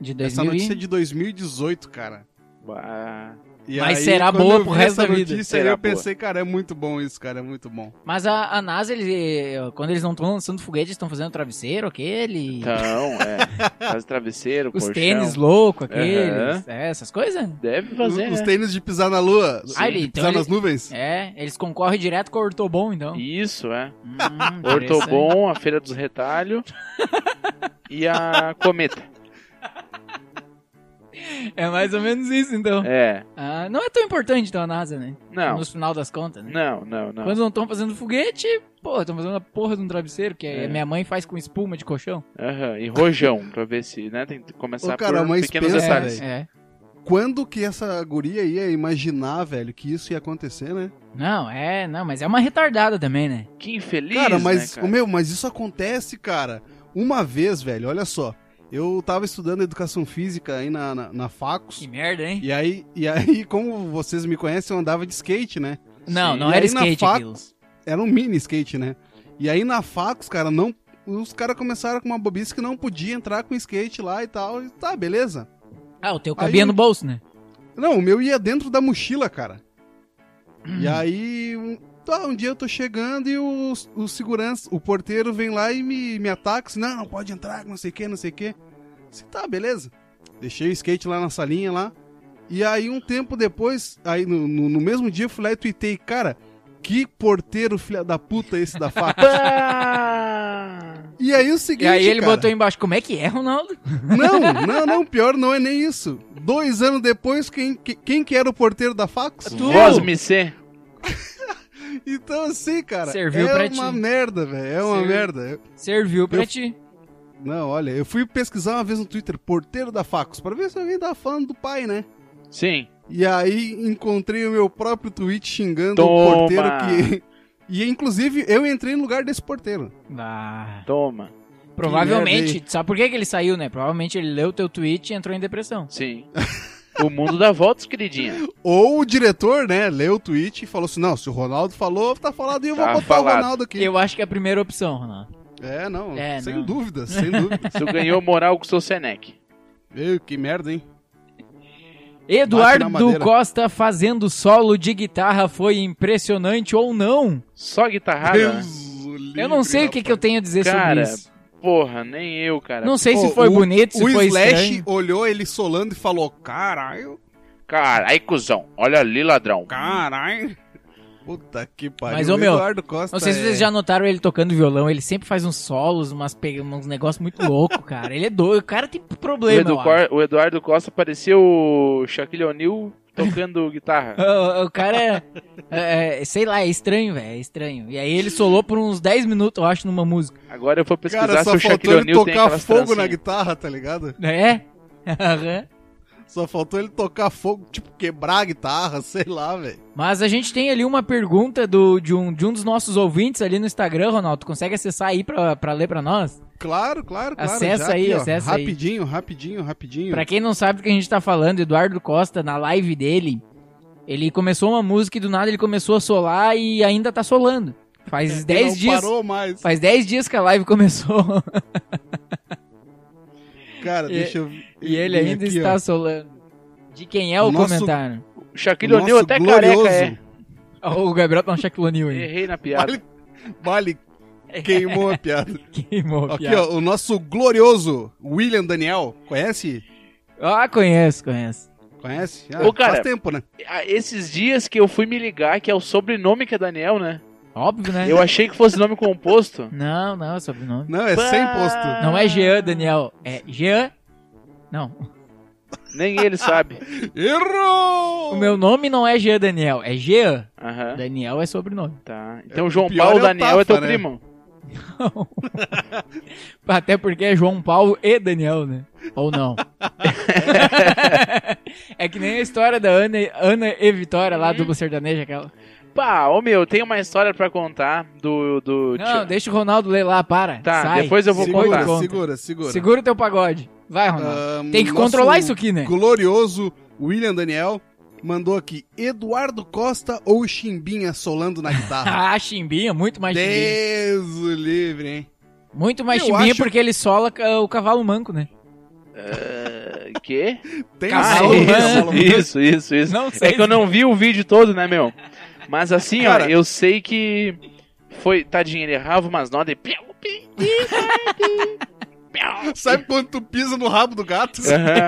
[SPEAKER 1] De
[SPEAKER 3] Essa
[SPEAKER 1] 2000
[SPEAKER 3] notícia é
[SPEAKER 1] e...
[SPEAKER 3] de 2018, cara.
[SPEAKER 2] Ah,
[SPEAKER 3] E
[SPEAKER 1] Mas
[SPEAKER 3] aí,
[SPEAKER 1] será
[SPEAKER 3] quando
[SPEAKER 1] boa
[SPEAKER 3] eu
[SPEAKER 1] pro
[SPEAKER 3] vi
[SPEAKER 1] resto
[SPEAKER 3] essa
[SPEAKER 1] da vida.
[SPEAKER 3] notícia,
[SPEAKER 2] Será
[SPEAKER 3] eu pensei, cara, é muito bom isso, cara, é muito bom.
[SPEAKER 1] Mas a, a NASA, eles, quando eles não estão lançando foguete, eles estão fazendo travesseiro, aquele...
[SPEAKER 3] Tá.
[SPEAKER 2] Então, é. Faz travesseiro,
[SPEAKER 1] Os
[SPEAKER 2] colchão.
[SPEAKER 1] tênis louco, aqueles...
[SPEAKER 2] Aham.
[SPEAKER 1] É, essas coisas.
[SPEAKER 2] Deve
[SPEAKER 3] Os,
[SPEAKER 2] fazer,
[SPEAKER 3] os
[SPEAKER 2] né?
[SPEAKER 3] tênis de pisar na lua,
[SPEAKER 1] Ah, ele-
[SPEAKER 3] de
[SPEAKER 1] então
[SPEAKER 3] pisar
[SPEAKER 1] ele-
[SPEAKER 3] nas nuvens.
[SPEAKER 1] É, eles concorrem direto com o Ortobon, então.
[SPEAKER 2] Isso, é.
[SPEAKER 1] Hum, interessante.
[SPEAKER 2] Ortobon, a Feira dos Retalhos e a Cometa.
[SPEAKER 1] É mais ou menos isso, então.
[SPEAKER 2] É.
[SPEAKER 1] Ah, não é tão importante, então, a NASA, né?
[SPEAKER 2] Não,
[SPEAKER 1] No final das contas, né?
[SPEAKER 2] não, não, não.
[SPEAKER 1] Quando não estão fazendo foguete, pô, estão fazendo a porra de um travesseiro, que é-
[SPEAKER 2] É.
[SPEAKER 1] minha mãe faz com espuma de colchão.
[SPEAKER 2] Aham, E rojão, pra ver se, né? Tem que começar
[SPEAKER 3] Ô, cara,
[SPEAKER 2] por
[SPEAKER 3] mas
[SPEAKER 2] pequenos
[SPEAKER 3] pensa,
[SPEAKER 2] detalhes.
[SPEAKER 3] velho.
[SPEAKER 1] É, é.
[SPEAKER 3] Quando que essa guria ia imaginar, velho, que isso ia acontecer, né?
[SPEAKER 1] Não, é, não, mas é uma retardada também, né?
[SPEAKER 2] Que infeliz,
[SPEAKER 3] Cara, mas,
[SPEAKER 2] né, cara?
[SPEAKER 3] meu, mas isso acontece, cara. Uma vez, velho, olha só. Eu tava estudando educação física aí na, na, na Facos.
[SPEAKER 1] Que merda, hein?
[SPEAKER 3] E aí, e aí, como vocês me conhecem, eu andava de skate, né?
[SPEAKER 1] Não,
[SPEAKER 2] Sim.
[SPEAKER 1] não
[SPEAKER 3] E
[SPEAKER 1] era
[SPEAKER 3] aí na
[SPEAKER 1] skate
[SPEAKER 3] fac-
[SPEAKER 1] aquilo.
[SPEAKER 3] Era um mini skate, né? E aí na Facos, cara, não. Os caras começaram com uma bobice que não podia entrar com skate lá e tal. E tá, beleza.
[SPEAKER 1] Ah, o teu
[SPEAKER 3] Aí
[SPEAKER 1] cabia
[SPEAKER 3] eu-
[SPEAKER 1] no bolso, né?
[SPEAKER 3] Não, o meu ia dentro da mochila, cara. E
[SPEAKER 1] Uhum.
[SPEAKER 3] aí, um, tá, um dia eu tô chegando e o, o segurança, o porteiro vem lá e me, me ataca. assim, não, não pode entrar, não sei o que, não sei o que. Assim, tá, beleza. Deixei o skate lá na salinha lá. E aí, um tempo depois, aí no, no, no mesmo dia, eu fui lá e tuitei, cara, que porteiro filha da puta esse da faca.
[SPEAKER 2] Pá!
[SPEAKER 3] e aí o seguinte,
[SPEAKER 1] E aí ele
[SPEAKER 3] cara,
[SPEAKER 1] botou embaixo, como é que é, Ronaldo?
[SPEAKER 3] Não, não, não, pior não é nem isso. Dois anos depois, quem, que- quem que era o porteiro da fax?
[SPEAKER 1] É Tu.
[SPEAKER 2] Voz me ser.
[SPEAKER 3] Então, assim, cara,
[SPEAKER 1] Serviu
[SPEAKER 3] é
[SPEAKER 1] pra
[SPEAKER 3] uma
[SPEAKER 1] ti.
[SPEAKER 3] merda, velho. É uma
[SPEAKER 1] Serviu.
[SPEAKER 3] merda.
[SPEAKER 1] Serviu pra
[SPEAKER 3] Eu-
[SPEAKER 1] ti.
[SPEAKER 3] Não, olha, eu fui pesquisar uma vez no Twitter, porteiro da Facos, pra ver se alguém tava falando do pai, né?
[SPEAKER 2] Sim.
[SPEAKER 3] E aí encontrei o meu próprio tweet xingando o
[SPEAKER 2] Toma!
[SPEAKER 3] porteiro que. E inclusive eu entrei no lugar desse porteiro.
[SPEAKER 1] Ah,
[SPEAKER 2] Toma.
[SPEAKER 1] provavelmente,
[SPEAKER 3] merda,
[SPEAKER 1] sabe por que, que ele saiu, né? Provavelmente ele leu teu tweet e entrou em depressão.
[SPEAKER 2] Sim. O mundo dá voltas, queridinha.
[SPEAKER 3] Ou o diretor, né, leu o tweet e falou assim: não, se o Ronaldo falou, tá falado e eu vou
[SPEAKER 2] Tá
[SPEAKER 3] botar o
[SPEAKER 2] falado.
[SPEAKER 3] Ronaldo aqui.
[SPEAKER 1] Eu acho que é a primeira opção, Ronaldo.
[SPEAKER 3] É, não,
[SPEAKER 1] É,
[SPEAKER 3] sem
[SPEAKER 1] não.
[SPEAKER 3] dúvida, sem dúvida.
[SPEAKER 2] Tu ganhou moral com o seu Senec.
[SPEAKER 3] Meu, que merda, hein?
[SPEAKER 1] Eduardo
[SPEAKER 3] madeira.
[SPEAKER 1] Costa fazendo solo de guitarra foi impressionante ou não?
[SPEAKER 2] Só guitarrada? né?
[SPEAKER 3] Deus o
[SPEAKER 1] eu não
[SPEAKER 3] livre,
[SPEAKER 1] sei o que, que eu tenho a dizer sobre
[SPEAKER 2] Cara,
[SPEAKER 1] isso.
[SPEAKER 2] Porra, nem eu, cara.
[SPEAKER 1] Não sei
[SPEAKER 3] Pô,
[SPEAKER 1] se foi bonito, se
[SPEAKER 3] o
[SPEAKER 1] foi
[SPEAKER 3] Slash
[SPEAKER 1] estranho.
[SPEAKER 3] olhou ele solando e falou: caralho,
[SPEAKER 2] Carai, cuzão. Olha ali, ladrão.
[SPEAKER 3] caralho. Puta que pariu.
[SPEAKER 1] Mas, ô,
[SPEAKER 3] O
[SPEAKER 1] meu,
[SPEAKER 3] Eduardo Costa.
[SPEAKER 1] Não sei se
[SPEAKER 3] é-
[SPEAKER 1] vocês já notaram ele tocando violão, ele sempre faz uns solos, umas pe- uns negócios muito loucos, cara. Ele é doido, o cara tem
[SPEAKER 2] O,
[SPEAKER 1] problema,
[SPEAKER 2] Edu
[SPEAKER 1] eu
[SPEAKER 2] Cor- o Eduardo Costa parecia o Shaquille O'Neal tocando guitarra.
[SPEAKER 1] acho. O, o cara é, é, é, sei lá, é estranho, velho, é estranho. E aí ele solou por uns 10 minutos, eu acho, numa música.
[SPEAKER 2] Agora eu vou pesquisar
[SPEAKER 3] Cara,
[SPEAKER 2] se
[SPEAKER 3] só
[SPEAKER 2] o Shaquille
[SPEAKER 3] faltou ele
[SPEAKER 2] O'Neal tem
[SPEAKER 3] tocar
[SPEAKER 2] aquelas
[SPEAKER 3] fogo na
[SPEAKER 2] trancinhas.
[SPEAKER 3] guitarra, tá ligado?
[SPEAKER 1] É? Aham.
[SPEAKER 3] Só faltou ele tocar fogo, tipo, quebrar a guitarra, sei lá, velho.
[SPEAKER 1] Mas a gente tem ali uma pergunta do, de, um, de um dos nossos ouvintes ali no Instagram, Ronaldo. Tu consegue acessar aí pra, pra ler pra nós?
[SPEAKER 3] Claro, claro, claro.
[SPEAKER 1] Acessa
[SPEAKER 3] já
[SPEAKER 1] aí,
[SPEAKER 3] aqui, ó,
[SPEAKER 1] acessa aí.
[SPEAKER 3] rapidinho, rapidinho, rapidinho.
[SPEAKER 1] Pra quem não sabe do que a gente tá falando, Eduardo Costa, na live dele, ele começou uma música e do nada ele começou a solar e ainda tá solando. Faz
[SPEAKER 3] É, Ele
[SPEAKER 1] 10
[SPEAKER 3] não
[SPEAKER 1] dias.
[SPEAKER 3] parou mais.
[SPEAKER 1] Faz 10 dias que a live começou
[SPEAKER 3] Cara,
[SPEAKER 1] E-
[SPEAKER 3] deixa eu ver.
[SPEAKER 1] e ele ainda
[SPEAKER 3] aqui,
[SPEAKER 1] está
[SPEAKER 3] ó.
[SPEAKER 1] solando. De quem é o
[SPEAKER 3] Nosso-
[SPEAKER 1] comentário?
[SPEAKER 2] O Shaquille O'Neal
[SPEAKER 3] Nosso
[SPEAKER 2] até
[SPEAKER 3] glorioso.
[SPEAKER 2] careca
[SPEAKER 1] é. Ó, O Gabriel tá um chaclonil
[SPEAKER 2] é.
[SPEAKER 1] aí.
[SPEAKER 2] Errei na piada.
[SPEAKER 3] Vale, vale, queimou a piada.
[SPEAKER 1] Queimou a
[SPEAKER 3] Aqui,
[SPEAKER 1] piada.
[SPEAKER 3] ó, o nosso glorioso William Daniel. Conhece?
[SPEAKER 1] Ah, conheço, conheço.
[SPEAKER 3] Conhece?
[SPEAKER 2] Ô, cara.
[SPEAKER 3] Faz tempo, né?
[SPEAKER 2] Ah, Esses dias que eu fui me ligar, que é o sobrenome que é Daniel, né?
[SPEAKER 1] Óbvio, né?
[SPEAKER 2] Eu achei que fosse nome composto.
[SPEAKER 1] Não, não, é sobrenome.
[SPEAKER 3] Não, é
[SPEAKER 2] Bah!
[SPEAKER 3] sem posto.
[SPEAKER 1] Não é Jean, Daniel. É Jean. Não.
[SPEAKER 2] Nem ele sabe.
[SPEAKER 3] Errou!
[SPEAKER 1] O meu nome não é Jean Daniel, é Jean.
[SPEAKER 2] Aham,
[SPEAKER 1] Daniel é sobrenome.
[SPEAKER 2] tá. Então João
[SPEAKER 3] pior
[SPEAKER 2] Paulo
[SPEAKER 3] é o
[SPEAKER 2] Daniel é teu
[SPEAKER 3] Tafa, né?
[SPEAKER 2] primo.
[SPEAKER 1] Até porque é João Paulo e Daniel, né? Ou não. é que nem a história da Ana, Ana e Vitória lá, dupla sertaneja, aquela.
[SPEAKER 2] Pá, ô meu, tem uma história pra contar do. do
[SPEAKER 1] Não, deixa o Ronaldo ler lá, para.
[SPEAKER 2] Tá,
[SPEAKER 1] Sai.
[SPEAKER 2] depois eu vou
[SPEAKER 1] Depois
[SPEAKER 2] contar.
[SPEAKER 1] conta.
[SPEAKER 3] segura, segura. Ah,
[SPEAKER 1] Segura o teu pagode. Vai, Ronaldo.
[SPEAKER 3] Ahn,
[SPEAKER 1] Tem que
[SPEAKER 3] nosso
[SPEAKER 1] controlar isso aqui, né?
[SPEAKER 3] Glorioso William Daniel mandou aqui: Eduardo Costa ou Chimbinha solando na guitarra?
[SPEAKER 1] Ah, chimbinha, muito mais chimbinha.
[SPEAKER 3] Deus o livre, hein?
[SPEAKER 1] Muito mais
[SPEAKER 3] Eu
[SPEAKER 1] chimbinha
[SPEAKER 3] acho-
[SPEAKER 1] porque ele sola ca- o cavalo manco, né?
[SPEAKER 2] Ah, quê?
[SPEAKER 3] Tem né,
[SPEAKER 1] Ah,
[SPEAKER 3] solo,
[SPEAKER 1] é.
[SPEAKER 3] tem solo.
[SPEAKER 2] isso, isso, isso.
[SPEAKER 1] Não
[SPEAKER 2] É que eu não vi o vídeo todo, né, meu? Mas assim, ó,
[SPEAKER 3] Cara.
[SPEAKER 2] eu sei que foi. Tadinho, ele errava umas notas e. piau, pi, pi, pi, piau.
[SPEAKER 3] Sabe quando tu pisa no rabo do gato?
[SPEAKER 1] É.
[SPEAKER 2] Aham.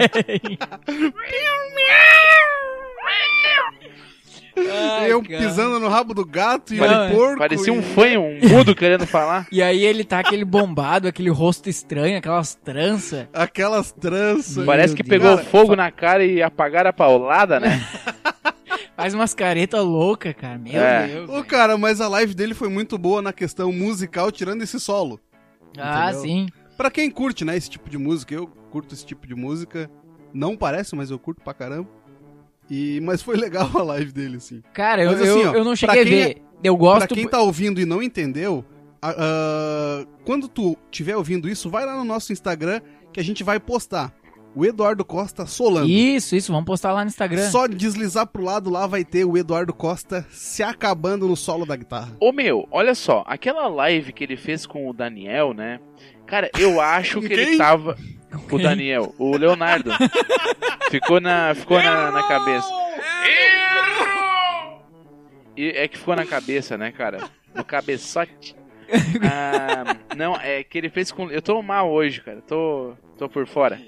[SPEAKER 1] Ai,
[SPEAKER 3] eu
[SPEAKER 1] cara.
[SPEAKER 3] pisando no rabo do gato e
[SPEAKER 1] Não,
[SPEAKER 3] no porco.
[SPEAKER 2] Parecia um
[SPEAKER 3] e-
[SPEAKER 2] fanho, um mudo querendo falar.
[SPEAKER 1] E aí ele tá aquele bombado, aquele rosto estranho, aquelas tranças.
[SPEAKER 3] Aquelas tranças.
[SPEAKER 2] Parece que
[SPEAKER 1] Deus.
[SPEAKER 2] pegou
[SPEAKER 3] Cara,
[SPEAKER 2] fogo na cara e apagaram a paulada, né?
[SPEAKER 1] Faz umas caretas loucas, cara. Meu
[SPEAKER 2] É.
[SPEAKER 1] Deus.
[SPEAKER 3] Ô,
[SPEAKER 1] velho.
[SPEAKER 3] cara, mas a live dele foi muito boa na questão musical, tirando esse solo.
[SPEAKER 1] Ah,
[SPEAKER 3] entendeu?
[SPEAKER 1] sim.
[SPEAKER 3] Pra quem curte, né, esse tipo de música, eu curto esse tipo de música. Não parece, mas eu curto pra caramba. E, mas foi legal a live dele, assim.
[SPEAKER 1] Cara, eu,
[SPEAKER 3] Mas assim,
[SPEAKER 1] eu,
[SPEAKER 3] ó,
[SPEAKER 1] eu não
[SPEAKER 3] pra
[SPEAKER 1] cheguei a
[SPEAKER 3] quem
[SPEAKER 1] ver. Eu gosto.
[SPEAKER 3] Pra quem tá ouvindo e não entendeu, a- ah, quando tu tiver ouvindo isso, vai lá no nosso Instagram que a gente vai postar. O Eduardo Costa solando.
[SPEAKER 1] Isso, isso. Vamos postar lá no Instagram.
[SPEAKER 3] tá Só deslizar pro lado lá vai ter o Eduardo Costa se acabando no solo da guitarra.
[SPEAKER 2] Ô meu, olha só, aquela live que ele fez com o Daniel, né? Cara, eu acho que ele
[SPEAKER 3] Quem?
[SPEAKER 2] tava. O Daniel, o Leonardo. ficou na, ficou na, na cabeça. E é que ficou na cabeça, né, cara? No cabeçote. Ah, não, é que ele fez com. Eu tô mal hoje, cara. Tô, tô por fora.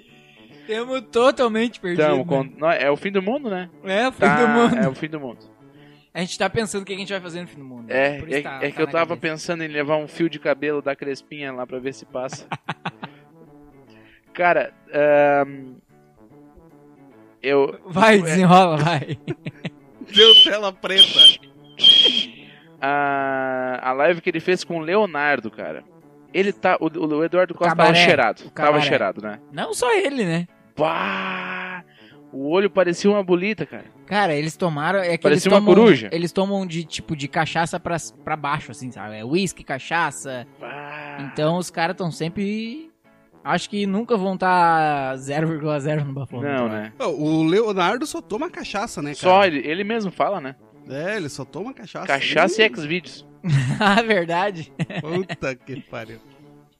[SPEAKER 1] Temos totalmente perdido.
[SPEAKER 2] Então,
[SPEAKER 1] né?
[SPEAKER 2] com- não, é o fim do mundo, né?
[SPEAKER 1] É, fim
[SPEAKER 2] Tá,
[SPEAKER 1] do mundo.
[SPEAKER 2] É o fim do mundo.
[SPEAKER 1] A gente tá pensando o que a gente vai fazer no fim do mundo.
[SPEAKER 2] É,
[SPEAKER 1] Por isso
[SPEAKER 2] é,
[SPEAKER 1] tá- tá
[SPEAKER 2] é que eu
[SPEAKER 1] na
[SPEAKER 2] tava
[SPEAKER 1] cabeça.
[SPEAKER 2] pensando em levar um fio de cabelo da Crespinha lá pra ver se passa. Cara, ahn, eu.
[SPEAKER 1] Vai, desenrola, vai.
[SPEAKER 3] Deu tela preta.
[SPEAKER 2] A, a live que ele fez com o Leonardo, cara. Ele tá. O, o Eduardo Costa tava
[SPEAKER 1] Cabaré,
[SPEAKER 2] cheirado.
[SPEAKER 1] o
[SPEAKER 2] Tava
[SPEAKER 1] cabaré.
[SPEAKER 2] cheirado, né?
[SPEAKER 1] Não só ele, né?
[SPEAKER 2] Bah! O olho parecia uma bolita, cara.
[SPEAKER 1] Cara, eles tomaram. É que
[SPEAKER 2] Parecia
[SPEAKER 1] eles
[SPEAKER 2] uma
[SPEAKER 1] tomam,
[SPEAKER 2] coruja.
[SPEAKER 1] Eles tomam de tipo de cachaça pra, pra baixo, assim, sabe? É uísque, cachaça.
[SPEAKER 2] Bah.
[SPEAKER 1] Então os caras estão sempre. Acho que nunca vão tá estar 0,0 no bafômetro.
[SPEAKER 2] Não, né?
[SPEAKER 3] Não, O Leonardo só toma cachaça, né, cara?
[SPEAKER 2] Só ele, ele mesmo fala, né?
[SPEAKER 3] É, ele só toma cachaça.
[SPEAKER 2] Cachaça é e X-Vídeos.
[SPEAKER 1] Ah, verdade.
[SPEAKER 3] Puta que pariu.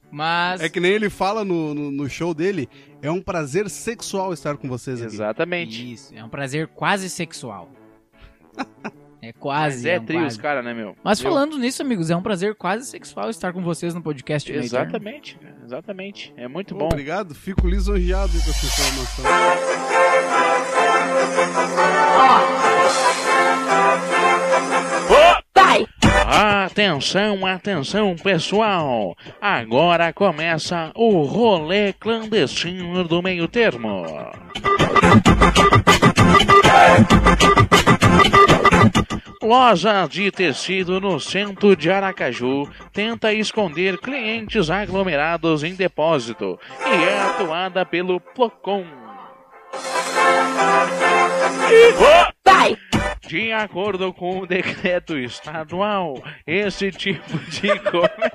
[SPEAKER 1] Mas.
[SPEAKER 3] É que nem ele fala no, no, no show dele, é um prazer sexual estar com vocês aqui.
[SPEAKER 2] Exatamente.
[SPEAKER 1] Isso, é um prazer quase sexual. É quase.
[SPEAKER 2] Mas é
[SPEAKER 1] um
[SPEAKER 2] trio os
[SPEAKER 1] quase.
[SPEAKER 2] caras, né, meu?
[SPEAKER 1] Mas
[SPEAKER 2] Meu,
[SPEAKER 1] falando nisso, amigos, é um prazer quase sexual estar com vocês no podcast. Meio Termo.
[SPEAKER 2] Exatamente, cara, exatamente. É muito bom.
[SPEAKER 3] Obrigado, fico lisonjeado com essa informação.
[SPEAKER 2] Atenção, atenção, pessoal! Agora começa o rolê clandestino do meio termo. Loja de tecido no centro de Aracaju tenta esconder clientes aglomerados em depósito e é atuada pelo Plocon. De acordo com o decreto estadual, esse tipo de coisa.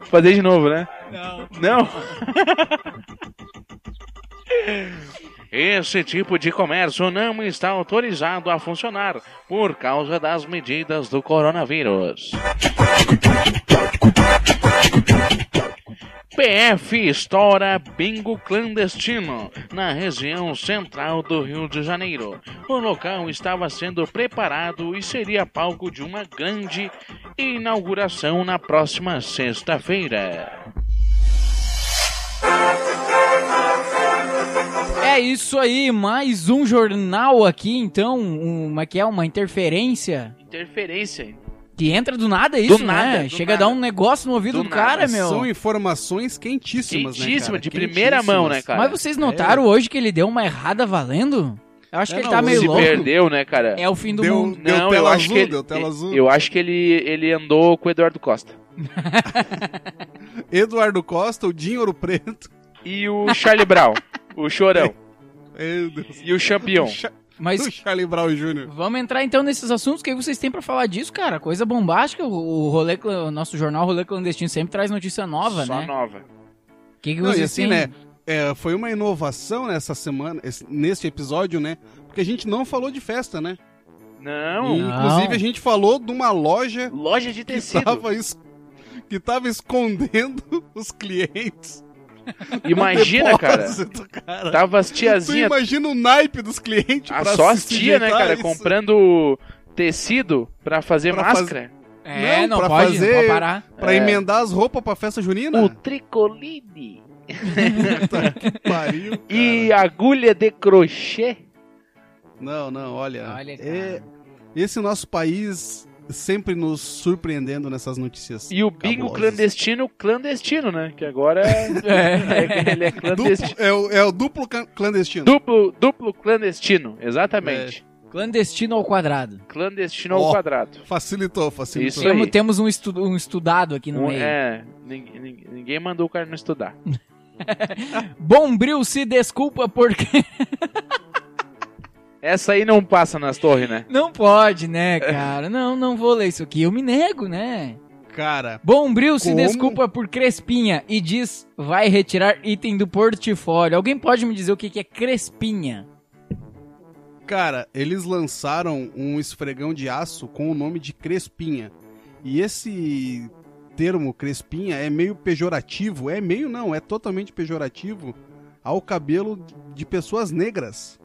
[SPEAKER 2] Fazer de novo, né?
[SPEAKER 1] Não.
[SPEAKER 2] Não! Esse tipo de comércio não está autorizado a funcionar por causa das medidas do coronavírus. PF estoura bingo clandestino na região central do Rio de Janeiro. O local estava sendo preparado e seria palco de uma grande inauguração na próxima sexta-feira.
[SPEAKER 1] É isso aí, mais um jornal aqui, então, uma que é uma interferência
[SPEAKER 2] Interferência.
[SPEAKER 1] que entra do nada, é isso, né?
[SPEAKER 2] nada, do
[SPEAKER 1] Chega
[SPEAKER 2] nada.
[SPEAKER 1] a dar um negócio no ouvido
[SPEAKER 2] Do
[SPEAKER 1] do, cara,
[SPEAKER 2] nada.
[SPEAKER 1] meu.
[SPEAKER 3] São informações quentíssimas,
[SPEAKER 2] Quentíssima,
[SPEAKER 3] né, cara?
[SPEAKER 2] de primeira mão, né, cara?
[SPEAKER 1] Mas vocês notaram hoje que ele deu uma errada valendo? Eu acho
[SPEAKER 3] É,
[SPEAKER 1] que ele
[SPEAKER 3] não,
[SPEAKER 1] tá
[SPEAKER 3] se
[SPEAKER 1] meio
[SPEAKER 2] Se
[SPEAKER 1] louco.
[SPEAKER 2] perdeu, né, cara?
[SPEAKER 1] É o fim do
[SPEAKER 3] Deu-
[SPEAKER 1] mundo.
[SPEAKER 3] deu
[SPEAKER 2] Não, eu
[SPEAKER 3] tela
[SPEAKER 2] acho
[SPEAKER 3] azul,
[SPEAKER 2] que ele,
[SPEAKER 3] deu tela azul.
[SPEAKER 2] Eu acho que ele, ele andou com o Eduardo Costa.
[SPEAKER 3] Eduardo Costa, o Dinho Ouro Preto.
[SPEAKER 2] E o Charlie Brown, o Chorão.
[SPEAKER 3] Meu Deus.
[SPEAKER 2] E o Champion.
[SPEAKER 3] Cha-
[SPEAKER 1] Mas
[SPEAKER 3] do Charlie Brown Jr.
[SPEAKER 1] vamos entrar então nesses assuntos que aí vocês têm pra falar disso, cara. Coisa bombástica. O, o rolê, cla- o nosso jornal Rolê Clandestino sempre traz notícia nova,
[SPEAKER 2] Só
[SPEAKER 1] né?
[SPEAKER 2] nova.
[SPEAKER 1] O que, que
[SPEAKER 3] Não,
[SPEAKER 1] vocês
[SPEAKER 3] e assim,
[SPEAKER 1] têm?
[SPEAKER 3] né? é, foi uma inovação nessa semana, esse- neste episódio, né? Porque a gente não falou de festa, né?
[SPEAKER 2] Não,
[SPEAKER 1] Não.
[SPEAKER 3] Inclusive, a gente falou de uma loja
[SPEAKER 2] loja de
[SPEAKER 3] que
[SPEAKER 2] tecido.
[SPEAKER 3] tava, es- que tava escondendo os clientes.
[SPEAKER 2] Imagina,
[SPEAKER 3] No
[SPEAKER 2] cara.
[SPEAKER 3] depósito, cara.
[SPEAKER 2] Tava as
[SPEAKER 3] Tu
[SPEAKER 2] tiazinhas,
[SPEAKER 3] imagina o naipe dos clientes
[SPEAKER 2] a
[SPEAKER 3] tipo, pra
[SPEAKER 2] só
[SPEAKER 3] se
[SPEAKER 2] as tia, né,
[SPEAKER 3] sujeitar a
[SPEAKER 2] cara,
[SPEAKER 3] isso.
[SPEAKER 2] comprando tecido pra fazer
[SPEAKER 3] Pra
[SPEAKER 2] máscara.
[SPEAKER 1] É,
[SPEAKER 3] não,
[SPEAKER 1] não,
[SPEAKER 3] pra
[SPEAKER 1] pode,
[SPEAKER 3] fazer-
[SPEAKER 1] não pode parar.
[SPEAKER 3] Pra
[SPEAKER 2] É.
[SPEAKER 3] emendar as roupas pra festa junina?
[SPEAKER 2] O tricoline
[SPEAKER 3] Puta que pariu, cara.
[SPEAKER 2] e agulha de crochê.
[SPEAKER 3] Não, não, olha.
[SPEAKER 1] Olha,
[SPEAKER 3] é-
[SPEAKER 1] cara.
[SPEAKER 3] Esse nosso país sempre nos surpreendendo nessas notícias.
[SPEAKER 2] E o bingo
[SPEAKER 3] Cabulosas.
[SPEAKER 2] clandestino, clandestino, né? Que agora
[SPEAKER 1] É.
[SPEAKER 2] é, ele é clandestino.
[SPEAKER 3] Duplo- é, o, é o duplo can- clandestino.
[SPEAKER 2] Duplo, duplo clandestino, exatamente.
[SPEAKER 1] Clandestino ao quadrado.
[SPEAKER 2] Clandestino ao
[SPEAKER 3] É. Ó,
[SPEAKER 2] quadrado.
[SPEAKER 3] Facilitou, facilitou.
[SPEAKER 2] Isso aí.
[SPEAKER 1] Temos, temos um, estu- um estudado aqui no
[SPEAKER 2] Um-
[SPEAKER 1] meio.
[SPEAKER 2] é, ninguém, ninguém- ninguém mandou o cara não estudar.
[SPEAKER 1] Bombril se desculpa porque.
[SPEAKER 2] Essa aí não passa nas torres, né?
[SPEAKER 1] Não pode, né, cara? Não, não vou ler isso aqui. Eu me nego, né?
[SPEAKER 3] Cara,
[SPEAKER 1] Bombril se
[SPEAKER 3] Como?
[SPEAKER 1] desculpa por Crespinha e diz vai retirar item do portfólio. Alguém pode me dizer o que, que é Crespinha?
[SPEAKER 3] cara, eles lançaram um esfregão de aço com o nome de Crespinha. E esse termo Crespinha é meio pejorativo, é meio não, é totalmente pejorativo ao cabelo de pessoas negras.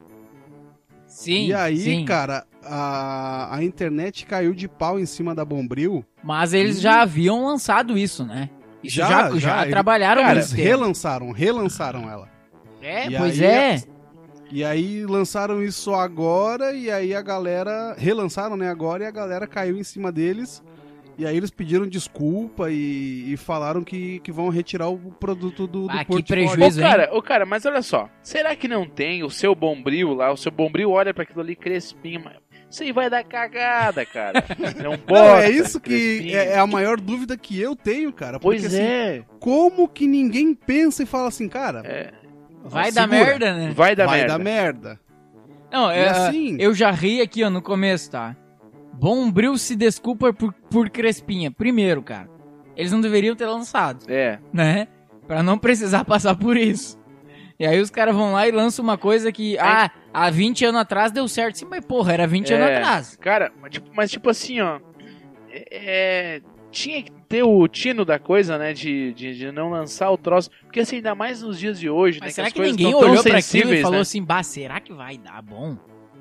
[SPEAKER 1] Sim.
[SPEAKER 3] e aí,
[SPEAKER 1] sim.
[SPEAKER 3] cara, a, a internet caiu de pau em cima da Bombril.
[SPEAKER 1] Mas eles já haviam lançado isso, né? Isso já,
[SPEAKER 3] Já,
[SPEAKER 1] já,
[SPEAKER 3] já, ele-
[SPEAKER 1] trabalharam
[SPEAKER 2] cara,
[SPEAKER 3] Eles
[SPEAKER 1] nesse tema.
[SPEAKER 3] relançaram, relançaram ela.
[SPEAKER 1] É,
[SPEAKER 3] E
[SPEAKER 1] pois
[SPEAKER 3] aí,
[SPEAKER 1] é.
[SPEAKER 3] E aí lançaram isso agora e aí a galera relançaram, né, agora e a galera caiu em cima deles. E aí eles pediram desculpa e, e falaram que, que vão retirar o produto do, do
[SPEAKER 1] Ah, que
[SPEAKER 3] portfólio.
[SPEAKER 1] prejuízo.
[SPEAKER 2] Ô,
[SPEAKER 1] hein?
[SPEAKER 2] cara, ô, cara, mas olha só. Será que não tem o seu bombril lá? O seu bombril olha pra aquilo ali, crespinho. mas Isso aí vai dar cagada, cara. Não pode.
[SPEAKER 3] Não, é isso que é, é a maior dúvida que eu tenho, cara. Porque,
[SPEAKER 2] Pois
[SPEAKER 3] assim,
[SPEAKER 2] é.
[SPEAKER 3] como que ninguém pensa e fala assim, cara?
[SPEAKER 2] É.
[SPEAKER 1] Vai
[SPEAKER 3] segura,
[SPEAKER 1] dar merda, né?
[SPEAKER 2] Vai dar
[SPEAKER 3] vai
[SPEAKER 2] merda.
[SPEAKER 3] dar merda.
[SPEAKER 1] Não,
[SPEAKER 3] E
[SPEAKER 1] é,
[SPEAKER 3] assim-
[SPEAKER 1] eu já ri aqui, ó, no começo, tá? Bombril se desculpa por, por Crespinha. Primeiro, cara, eles não deveriam ter lançado,
[SPEAKER 2] É.
[SPEAKER 1] né? Pra não precisar passar por isso. E aí os caras vão lá e lançam uma coisa que, ah, há 20 anos atrás deu certo. Sim, mas porra, era 20 anos
[SPEAKER 2] É.
[SPEAKER 1] atrás.
[SPEAKER 2] Cara, mas tipo, mas tipo assim, ó. é, é, tinha que ter o tino da coisa, né? De, de, de não lançar o troço. Porque assim, ainda mais nos dias de hoje, né?
[SPEAKER 1] Mas
[SPEAKER 2] que
[SPEAKER 1] será
[SPEAKER 2] as
[SPEAKER 1] que
[SPEAKER 2] coisas
[SPEAKER 1] ninguém
[SPEAKER 2] tão tão
[SPEAKER 1] olhou pra aquilo
[SPEAKER 2] sensíveis,
[SPEAKER 1] e falou
[SPEAKER 2] né?
[SPEAKER 1] assim, bah, será que vai dar bom?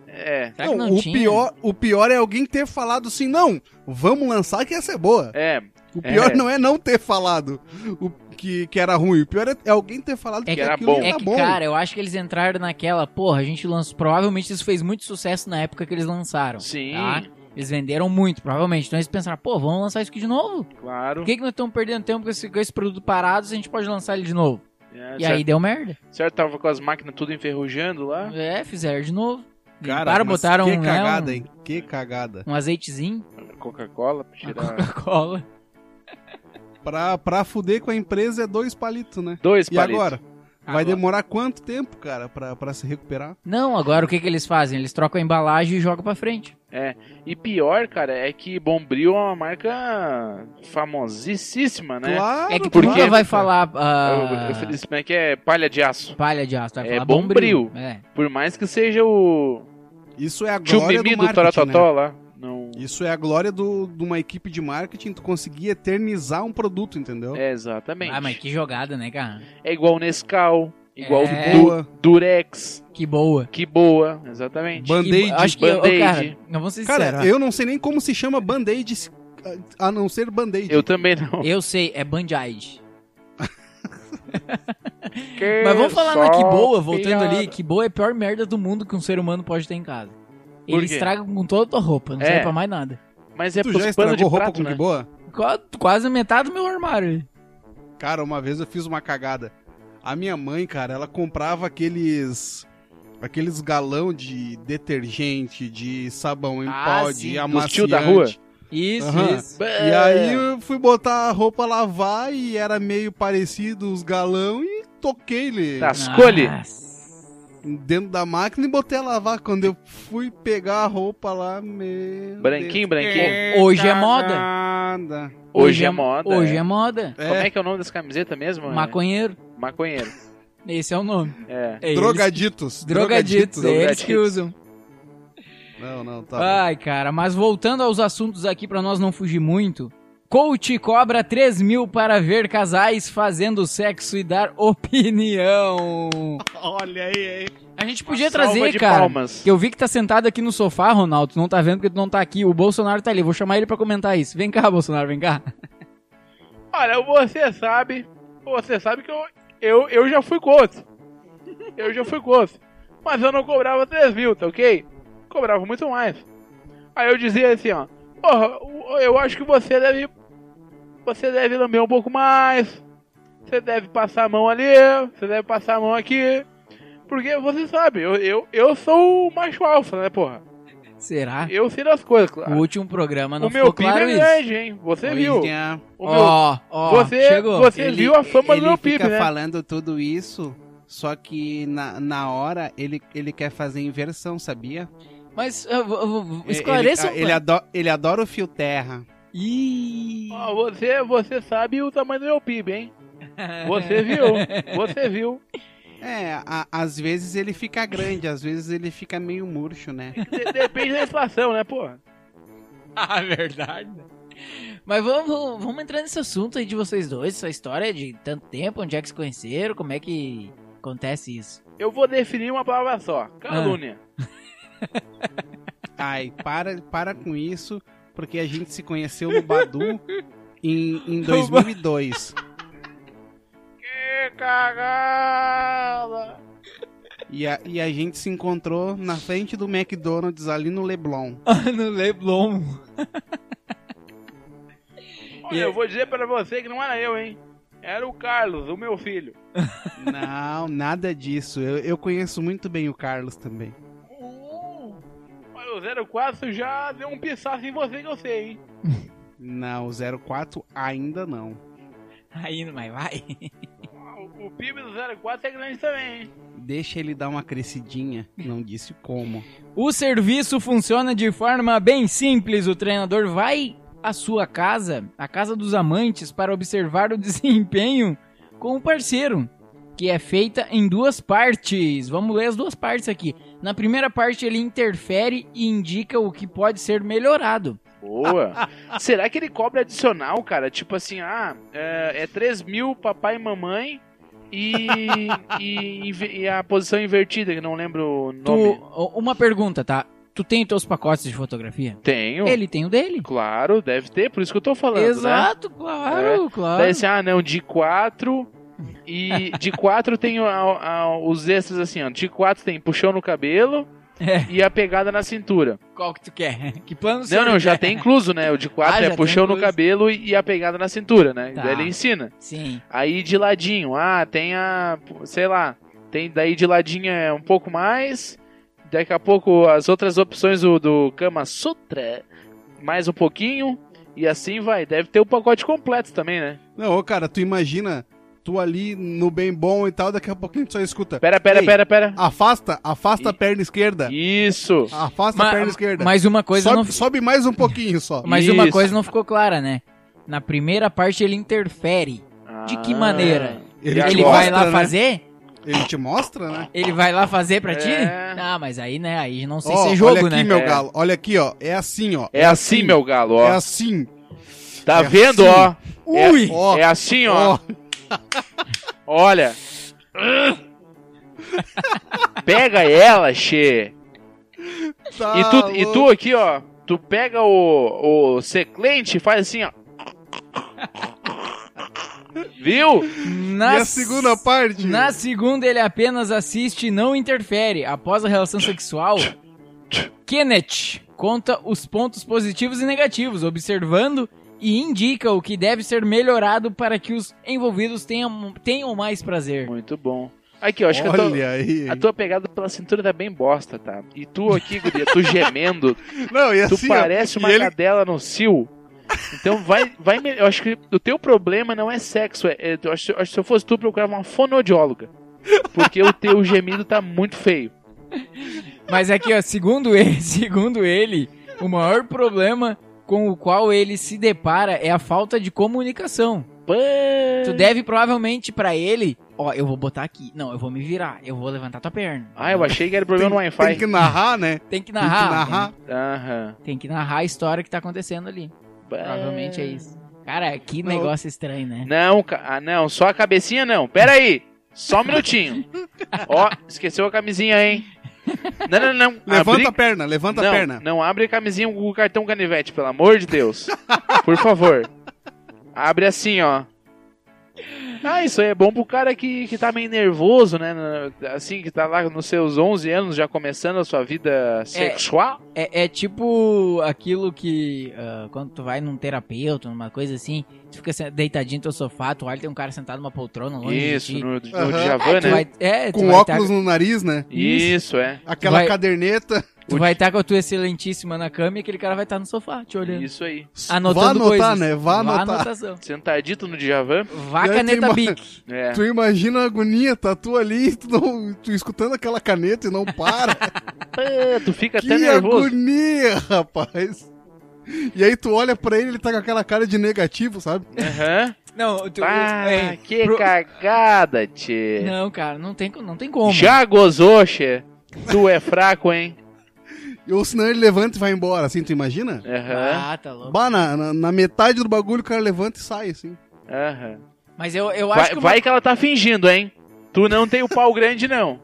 [SPEAKER 2] É.
[SPEAKER 1] Será que
[SPEAKER 3] Não,
[SPEAKER 1] não
[SPEAKER 3] o
[SPEAKER 1] tinha?
[SPEAKER 3] pior, o pior é alguém ter falado assim, não, vamos lançar que essa é boa.
[SPEAKER 2] É,
[SPEAKER 1] "Então,
[SPEAKER 3] O pior
[SPEAKER 2] É.
[SPEAKER 3] não é não ter falado o que, que era ruim. O pior é, é alguém ter falado
[SPEAKER 1] É
[SPEAKER 3] que,
[SPEAKER 1] que
[SPEAKER 2] era
[SPEAKER 3] aquilo
[SPEAKER 2] bom.
[SPEAKER 3] era
[SPEAKER 1] É que,
[SPEAKER 3] tá bom.
[SPEAKER 1] cara, eu acho que eles entraram naquela, porra, a gente lançou. Provavelmente isso fez muito sucesso na época que eles lançaram.
[SPEAKER 2] sim,
[SPEAKER 1] tá? Eles venderam muito, provavelmente. Então eles pensaram, pô, vamos lançar isso aqui de novo?
[SPEAKER 2] claro.
[SPEAKER 1] Por que, que nós estamos perdendo tempo com esse, com esse produto parado se a gente pode lançar ele de novo?
[SPEAKER 2] É,
[SPEAKER 1] e
[SPEAKER 2] certo.
[SPEAKER 1] aí deu merda.
[SPEAKER 2] Certo, tava com as máquinas tudo enferrujando lá.
[SPEAKER 1] É, fizeram de novo.
[SPEAKER 3] Cara,
[SPEAKER 1] Limparam,
[SPEAKER 3] mas
[SPEAKER 1] botaram
[SPEAKER 3] que
[SPEAKER 1] né,
[SPEAKER 3] cagada, hein? Que cagada.
[SPEAKER 1] um, um azeitezinho,
[SPEAKER 2] Coca-Cola pra
[SPEAKER 1] uma
[SPEAKER 2] tirar.
[SPEAKER 1] Coca-Cola.
[SPEAKER 3] Pra, pra fuder com a empresa é dois palitos, né?
[SPEAKER 2] Dois
[SPEAKER 3] E
[SPEAKER 2] palitos.
[SPEAKER 3] agora? Vai
[SPEAKER 1] Agora-
[SPEAKER 3] demorar quanto tempo, cara, pra, pra se recuperar?
[SPEAKER 1] Não, agora o que, que eles fazem? Eles trocam a embalagem e jogam pra frente.
[SPEAKER 2] E pior, cara, é que Bombril é uma marca famosíssima, né?
[SPEAKER 3] Claro,
[SPEAKER 1] é que tu
[SPEAKER 2] porque-
[SPEAKER 1] nunca
[SPEAKER 3] claro,
[SPEAKER 1] vai
[SPEAKER 3] cara.
[SPEAKER 1] falar ah,
[SPEAKER 2] Eu, eu falei, como é que é palha de aço.
[SPEAKER 1] palha de aço, tu vai
[SPEAKER 2] É
[SPEAKER 1] falar
[SPEAKER 2] bombril.
[SPEAKER 1] É.
[SPEAKER 2] Por mais que seja o
[SPEAKER 3] Isso é a glória
[SPEAKER 2] Chumimi
[SPEAKER 3] do
[SPEAKER 2] do
[SPEAKER 3] marketing, né?
[SPEAKER 2] Torototó lá. Não...
[SPEAKER 3] Isso é a glória do, de uma equipe de marketing, tu conseguir eternizar um produto, entendeu?
[SPEAKER 2] É, exatamente.
[SPEAKER 1] Ah, mas que jogada, né, cara?
[SPEAKER 2] É igual o Nescau, igual
[SPEAKER 1] É.
[SPEAKER 2] o Du-
[SPEAKER 3] Boa.
[SPEAKER 2] Durex,
[SPEAKER 1] Que boa.
[SPEAKER 2] que boa, exatamente.
[SPEAKER 3] Ban- Band-Aid.
[SPEAKER 1] E Acho que, ô,
[SPEAKER 2] Band-Aid.
[SPEAKER 1] cara, não vou ser sincero.
[SPEAKER 3] Cara,
[SPEAKER 1] ó.
[SPEAKER 3] eu não sei nem como se chama band-aid se- a a não ser band-aid.
[SPEAKER 2] Eu também não.
[SPEAKER 1] eu... sei, é Band-Aid.
[SPEAKER 2] Que
[SPEAKER 1] Mas vamos falar na
[SPEAKER 2] só
[SPEAKER 1] que boa, voltando
[SPEAKER 2] piada.
[SPEAKER 1] ali, que boa é a pior merda do mundo que um ser humano pode ter em casa.
[SPEAKER 2] Por
[SPEAKER 1] Ele
[SPEAKER 2] quê?
[SPEAKER 1] estraga com toda a tua roupa, não
[SPEAKER 2] É.
[SPEAKER 1] serve pra mais nada.
[SPEAKER 2] Mas é
[SPEAKER 3] tu
[SPEAKER 2] pros
[SPEAKER 3] já
[SPEAKER 2] pano de
[SPEAKER 3] estragou roupa
[SPEAKER 2] prato,
[SPEAKER 3] com
[SPEAKER 2] né?
[SPEAKER 3] que boa?
[SPEAKER 1] Qua- Quase metade do meu armário.
[SPEAKER 3] Cara, uma vez eu fiz uma cagada. A minha mãe, cara, ela comprava aqueles aqueles galão de detergente, de sabão em
[SPEAKER 1] Ah,
[SPEAKER 3] pó,
[SPEAKER 1] sim.
[SPEAKER 3] de
[SPEAKER 2] Dos
[SPEAKER 3] amaciante.
[SPEAKER 2] tio da rua?
[SPEAKER 1] Isso,
[SPEAKER 3] Aham.
[SPEAKER 1] isso.
[SPEAKER 3] E aí eu fui botar a roupa a lavar e era meio parecido os galão e toquei ele.
[SPEAKER 2] Tá. Tascou-lhe.
[SPEAKER 1] Nossa.
[SPEAKER 3] dentro da máquina e botei a lavar. Quando eu fui pegar a roupa lá, meu.
[SPEAKER 2] Branquinho,
[SPEAKER 3] Deus.
[SPEAKER 2] branquinho.
[SPEAKER 1] Hoje é
[SPEAKER 3] Eita
[SPEAKER 1] moda.
[SPEAKER 3] nada.
[SPEAKER 2] Hoje é moda.
[SPEAKER 1] Hoje é moda.
[SPEAKER 3] É,
[SPEAKER 2] Como é que é o nome dessa camiseta mesmo?
[SPEAKER 1] Maconheiro.
[SPEAKER 2] É, Maconheiro.
[SPEAKER 1] Esse é o nome.
[SPEAKER 2] É.
[SPEAKER 1] É
[SPEAKER 3] drogaditos.
[SPEAKER 1] eles- Drogaditos. É Ah. eles que
[SPEAKER 2] Drogaditos.
[SPEAKER 1] usam.
[SPEAKER 3] Não, não, tá. bom.
[SPEAKER 1] Ai, cara, mas voltando aos assuntos aqui pra nós não fugir muito. Coach cobra 3 mil para ver casais fazendo sexo e dar opinião.
[SPEAKER 3] Olha aí, aí.
[SPEAKER 1] A gente podia
[SPEAKER 2] Uma salva
[SPEAKER 1] trazer,
[SPEAKER 2] de
[SPEAKER 1] cara.
[SPEAKER 2] palmas.
[SPEAKER 1] Que eu vi que tá sentado aqui no sofá, Ronaldo. Tu não tá vendo porque tu não tá aqui. O Bolsonaro tá ali. Vou chamar ele pra comentar isso. Vem cá, Bolsonaro, vem cá.
[SPEAKER 2] Olha, você sabe, você sabe que eu, eu, eu já fui gordo. Eu já fui gordo. Mas eu não cobrava 3 mil, tá ok? Cobrava muito mais. Aí eu dizia assim, ó. Porra, o- eu acho que você deve. Você deve lamber um pouco mais. Você deve passar a mão ali. Você deve passar a mão aqui. Porque você sabe, eu, eu, eu sou o macho alfa, né, porra?
[SPEAKER 1] Será?
[SPEAKER 2] Eu sei das coisas,
[SPEAKER 1] O
[SPEAKER 2] claro.
[SPEAKER 1] último programa não
[SPEAKER 2] Tá. O meu
[SPEAKER 1] ficou
[SPEAKER 2] PIB
[SPEAKER 1] claro
[SPEAKER 2] é
[SPEAKER 1] isso. é-
[SPEAKER 2] grande, hein? Você viu.
[SPEAKER 4] Olha,
[SPEAKER 2] O meu,
[SPEAKER 1] Ó, ó,
[SPEAKER 2] você,
[SPEAKER 1] chegou.
[SPEAKER 2] você
[SPEAKER 4] ele-
[SPEAKER 2] viu a fama do
[SPEAKER 4] ele
[SPEAKER 2] meu PIB,
[SPEAKER 4] fica
[SPEAKER 2] né?
[SPEAKER 4] falando tudo isso, só que na, na hora ele, ele quer fazer inversão, sabia?
[SPEAKER 1] Mas eu vou- eu vou-
[SPEAKER 4] Ele-
[SPEAKER 1] esclareça um
[SPEAKER 2] um
[SPEAKER 4] ele, ele, adora, ele adora o fio terra.
[SPEAKER 1] Ih.
[SPEAKER 2] Ó, você, você sabe o tamanho do meu PIB, hein? Você viu, você viu.
[SPEAKER 4] É, a- às vezes ele fica grande, às vezes ele fica meio murcho, né?
[SPEAKER 2] De- depende da inflação, né, porra?
[SPEAKER 1] Ah, verdade. Mas vamos, vamos, vamos entrar nesse assunto aí de vocês dois, essa história de tanto tempo, onde é que se conheceram, como é que acontece isso?
[SPEAKER 2] Eu vou definir uma palavra só. Calúnia.
[SPEAKER 1] Ah.
[SPEAKER 4] Ai, para, para com isso, porque a gente se conheceu no Badu em, em 2002.
[SPEAKER 2] Que cagada!
[SPEAKER 4] E a, e a gente se encontrou na frente do McDonald's ali no Leblon.
[SPEAKER 1] no Leblon.
[SPEAKER 2] Olha, eu vou dizer pra você que não era eu, hein? Era o Carlos, o meu filho.
[SPEAKER 4] Não, nada disso. Eu, eu conheço muito bem o Carlos também.
[SPEAKER 2] Uh, Olha, o 04 já deu um pissaço em você que eu sei, hein?
[SPEAKER 4] Não, o 04 ainda não.
[SPEAKER 1] Ainda, Tá mas vai.
[SPEAKER 2] O, o PIB do 04 é grande também, hein?
[SPEAKER 4] Deixa ele dar uma crescidinha. Não disse como.
[SPEAKER 1] O serviço funciona de forma bem simples. O treinador vai à sua casa, à casa dos amantes, para observar o desempenho com o parceiro, que é feita em duas partes. Vamos ler as duas partes aqui. Na primeira parte, ele interfere e indica o que pode ser melhorado.
[SPEAKER 2] Boa. Será que ele cobra adicional, cara? Tipo assim, ah, é, é 3 mil papai e mamãe e, e, inve- e a posição invertida, que eu não lembro o
[SPEAKER 1] Tu,
[SPEAKER 2] nome.
[SPEAKER 1] uma pergunta, tá? Tu tem os teus pacotes de fotografia?
[SPEAKER 2] Tenho.
[SPEAKER 1] Ele tem o dele.
[SPEAKER 2] Claro, deve ter, por isso que eu tô falando, né?
[SPEAKER 1] Exato, claro, claro.
[SPEAKER 2] Daí assim, ah, não, de 4 e de 4 tem a- a- os extras assim, ó. De 4 tem puxão no cabelo
[SPEAKER 1] É.
[SPEAKER 2] e a pegada na cintura.
[SPEAKER 1] Qual que tu quer? Que plano você
[SPEAKER 2] Não, não, já
[SPEAKER 1] quer?
[SPEAKER 2] tem incluso, né? O de 4
[SPEAKER 1] Ah, já
[SPEAKER 2] é
[SPEAKER 1] tem
[SPEAKER 2] puxão no
[SPEAKER 1] incluso.
[SPEAKER 2] cabelo e a pegada na cintura, né?
[SPEAKER 1] Tá.
[SPEAKER 2] Daí ele ensina.
[SPEAKER 1] Sim.
[SPEAKER 2] Aí de ladinho, ah, tem a. sei lá, tem daí de ladinho é um pouco mais. Daqui a pouco as outras opções do, do Kama Sutra, mais um pouquinho. E assim vai. Deve ter o pacote completo também, né?
[SPEAKER 3] Não, ô, cara, tu imagina, tu ali no bem bom e tal, daqui a pouquinho tu só escuta.
[SPEAKER 2] Pera, pera,
[SPEAKER 3] Ei.
[SPEAKER 2] pera, pera.
[SPEAKER 3] Afasta, afasta
[SPEAKER 2] E-
[SPEAKER 3] a perna esquerda.
[SPEAKER 2] Isso!
[SPEAKER 3] Afasta
[SPEAKER 1] Ma-
[SPEAKER 3] a perna esquerda.
[SPEAKER 1] Mas uma coisa
[SPEAKER 3] sobe,
[SPEAKER 1] não
[SPEAKER 3] sobe mais um pouquinho só.
[SPEAKER 1] Mas uma
[SPEAKER 2] Isso.
[SPEAKER 1] coisa não ficou clara, né? Na primeira parte ele interfere. De que
[SPEAKER 2] Ah,
[SPEAKER 1] maneira?
[SPEAKER 3] Ele,
[SPEAKER 2] E
[SPEAKER 1] ele
[SPEAKER 3] te
[SPEAKER 2] agora?
[SPEAKER 1] vai
[SPEAKER 3] mostra,
[SPEAKER 1] lá
[SPEAKER 3] né?
[SPEAKER 1] fazer?
[SPEAKER 3] Ele te mostra, né?
[SPEAKER 1] Ele vai lá fazer pra ti?
[SPEAKER 2] É.
[SPEAKER 1] Ah, mas aí, né? Aí não sei
[SPEAKER 3] Ó,
[SPEAKER 1] se é jogo,
[SPEAKER 3] olha aqui,
[SPEAKER 1] né?
[SPEAKER 3] meu
[SPEAKER 2] É.
[SPEAKER 3] galo. Olha aqui, ó. É assim, ó.
[SPEAKER 2] É assim, meu galo, ó.
[SPEAKER 3] É assim.
[SPEAKER 2] tá
[SPEAKER 3] é
[SPEAKER 2] vendo, ó?
[SPEAKER 3] assim.
[SPEAKER 2] É-
[SPEAKER 1] Ui!
[SPEAKER 3] Ó,
[SPEAKER 2] É assim, ó.
[SPEAKER 3] ó.
[SPEAKER 2] Olha. Pega ela, Xê.
[SPEAKER 3] Tá
[SPEAKER 2] E tu, e
[SPEAKER 3] louco.
[SPEAKER 2] tu aqui, ó, tu pega o, o seclente e faz assim, ó. Viu?
[SPEAKER 1] Na
[SPEAKER 3] E a segunda parte?
[SPEAKER 1] Na segunda ele apenas assiste e não interfere. Após a relação sexual, Kenneth conta os pontos positivos e negativos, observando e indica o que deve ser melhorado para que os envolvidos tenham, tenham mais prazer.
[SPEAKER 2] Muito bom. Aqui, ó, acho que
[SPEAKER 3] Olha
[SPEAKER 2] eu tô-
[SPEAKER 3] aí.
[SPEAKER 2] a tua pegada pela cintura tá bem bosta, tá? E tu aqui, guria, tu gemendo,
[SPEAKER 3] Não, e
[SPEAKER 2] tu
[SPEAKER 3] assim, ó,
[SPEAKER 2] parece
[SPEAKER 3] e
[SPEAKER 2] uma
[SPEAKER 3] ele-
[SPEAKER 2] cadela no cio. Então vai, vai, me- eu acho que o teu problema não é sexo, é, é- eu acho, eu acho que se eu fosse tu, eu procurava uma fonodióloga. Porque o teu gemido tá muito feio.
[SPEAKER 1] Mas aqui, ó, segundo ele, segundo ele, o maior problema com o qual ele se depara é a falta de comunicação. Tu deve provavelmente pra ele, ó, eu vou botar aqui. Não, eu vou me virar, eu vou levantar tua perna.
[SPEAKER 2] Ah, eu achei que era problema no Wi-Fi.
[SPEAKER 3] Tem que narrar,
[SPEAKER 1] Tem
[SPEAKER 3] né?
[SPEAKER 1] que
[SPEAKER 3] Tem que
[SPEAKER 1] narrar.
[SPEAKER 3] narrar.
[SPEAKER 2] Aham.
[SPEAKER 1] Tem, tem que narrar a história que tá acontecendo ali.
[SPEAKER 2] Bah.
[SPEAKER 1] Provavelmente é isso. Cara, que
[SPEAKER 3] Não.
[SPEAKER 1] negócio estranho, né?
[SPEAKER 2] Não, ca- ah, não, só a cabecinha não. Pera aí. Só um minutinho. Ó, esqueceu a camisinha, hein? Não, não, não.
[SPEAKER 3] Levanta
[SPEAKER 2] Abri-
[SPEAKER 3] a perna, levanta
[SPEAKER 2] não,
[SPEAKER 3] a perna.
[SPEAKER 2] Não abre a camisinha com o cartão canivete, pelo amor de Deus. Por favor. Abre assim, ó. Ah, isso aí é bom pro cara que, que tá meio nervoso, né? Na- Assim, que tá lá nos seus 11 anos, já começando a sua vida sexual.
[SPEAKER 1] É, é tipo aquilo que ah, quando tu vai num terapeuta, numa coisa assim, tu fica se- deitadinho no teu sofá, tu olha tem um cara sentado numa poltrona longe
[SPEAKER 2] Isso,
[SPEAKER 1] de ti.
[SPEAKER 2] no, no
[SPEAKER 3] Aham.
[SPEAKER 2] Djavan,
[SPEAKER 1] Ah, tu
[SPEAKER 2] né?
[SPEAKER 1] vai, é, tu
[SPEAKER 3] Com
[SPEAKER 1] vai tá-
[SPEAKER 3] óculos no nariz, né?
[SPEAKER 2] Isso, é.
[SPEAKER 3] Aquela
[SPEAKER 1] Vai-
[SPEAKER 3] caderneta.
[SPEAKER 1] tu vai estar com a tua excelentíssima na cama e aquele cara vai estar no sofá te olhando.
[SPEAKER 2] Isso aí.
[SPEAKER 3] Vá
[SPEAKER 1] Anotando
[SPEAKER 3] anotar,
[SPEAKER 1] coisas.
[SPEAKER 3] né? Vá
[SPEAKER 1] Vá
[SPEAKER 3] anotar.
[SPEAKER 1] anotação.
[SPEAKER 2] Sentadito no Djavan.
[SPEAKER 1] Vá
[SPEAKER 3] Daí tu
[SPEAKER 1] caneta
[SPEAKER 3] ima-
[SPEAKER 1] bic.
[SPEAKER 2] É.
[SPEAKER 3] Tu imagina a agonia, tá tu ali, tu, não- tu escutando aquela caneta e não para.
[SPEAKER 2] Ah, tu fica
[SPEAKER 3] que
[SPEAKER 2] até nervoso.
[SPEAKER 3] agonia, rapaz. E aí tu olha pra ele, ele tá com aquela cara de negativo, sabe?
[SPEAKER 2] Aham.
[SPEAKER 1] Não, tu,
[SPEAKER 2] Ah,
[SPEAKER 1] é,
[SPEAKER 2] que
[SPEAKER 1] pro-
[SPEAKER 2] cagada, tchê.
[SPEAKER 1] Não, cara, não tem, co- não tem como.
[SPEAKER 2] Já gozou, tchê? Tu é fraco, hein?
[SPEAKER 3] Ou senão ele levanta e vai embora, assim, tu imagina?
[SPEAKER 2] Aham.
[SPEAKER 1] Ah, tá louco.
[SPEAKER 3] Bah, na, na- na metade do bagulho o cara levanta e sai, assim.
[SPEAKER 2] Aham.
[SPEAKER 1] Mas eu, Ah. eu acho
[SPEAKER 2] Vai,
[SPEAKER 1] que... uma-
[SPEAKER 2] vai que ela tá fingindo, hein? Tu não tem o pau grande, não.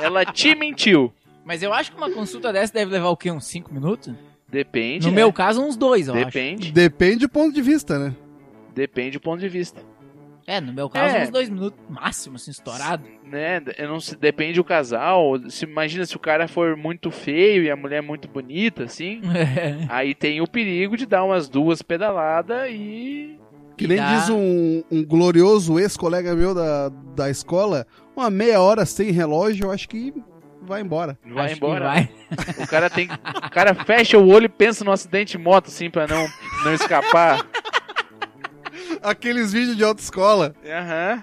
[SPEAKER 2] Ela te mentiu.
[SPEAKER 1] Mas eu acho que uma consulta dessa deve levar o quê? Uns 5 minutos?
[SPEAKER 2] Depende.
[SPEAKER 1] No
[SPEAKER 2] né?
[SPEAKER 1] meu caso, uns dois, eu acho.
[SPEAKER 2] Depende.
[SPEAKER 3] Depende do ponto de vista, né?
[SPEAKER 2] Depende do ponto de vista.
[SPEAKER 1] É, no meu caso,
[SPEAKER 2] É.
[SPEAKER 1] uns dois minutos máximo, assim, estourado.
[SPEAKER 2] Né? Eu não sei, depende do casal. Se, imagina se o cara for muito feio e a mulher é muito bonita, assim. Aí tem o perigo de dar umas duas pedaladas e.
[SPEAKER 3] Que nem diz um, um glorioso ex-colega meu da, da escola, uma meia hora sem relógio, eu acho que vai embora.
[SPEAKER 2] Vai
[SPEAKER 1] Acho que
[SPEAKER 2] embora.
[SPEAKER 1] vai.
[SPEAKER 2] O cara tem. O cara fecha o olho e pensa no acidente de moto, assim, pra não, não escapar.
[SPEAKER 3] Aqueles vídeos de autoescola.
[SPEAKER 2] Aham.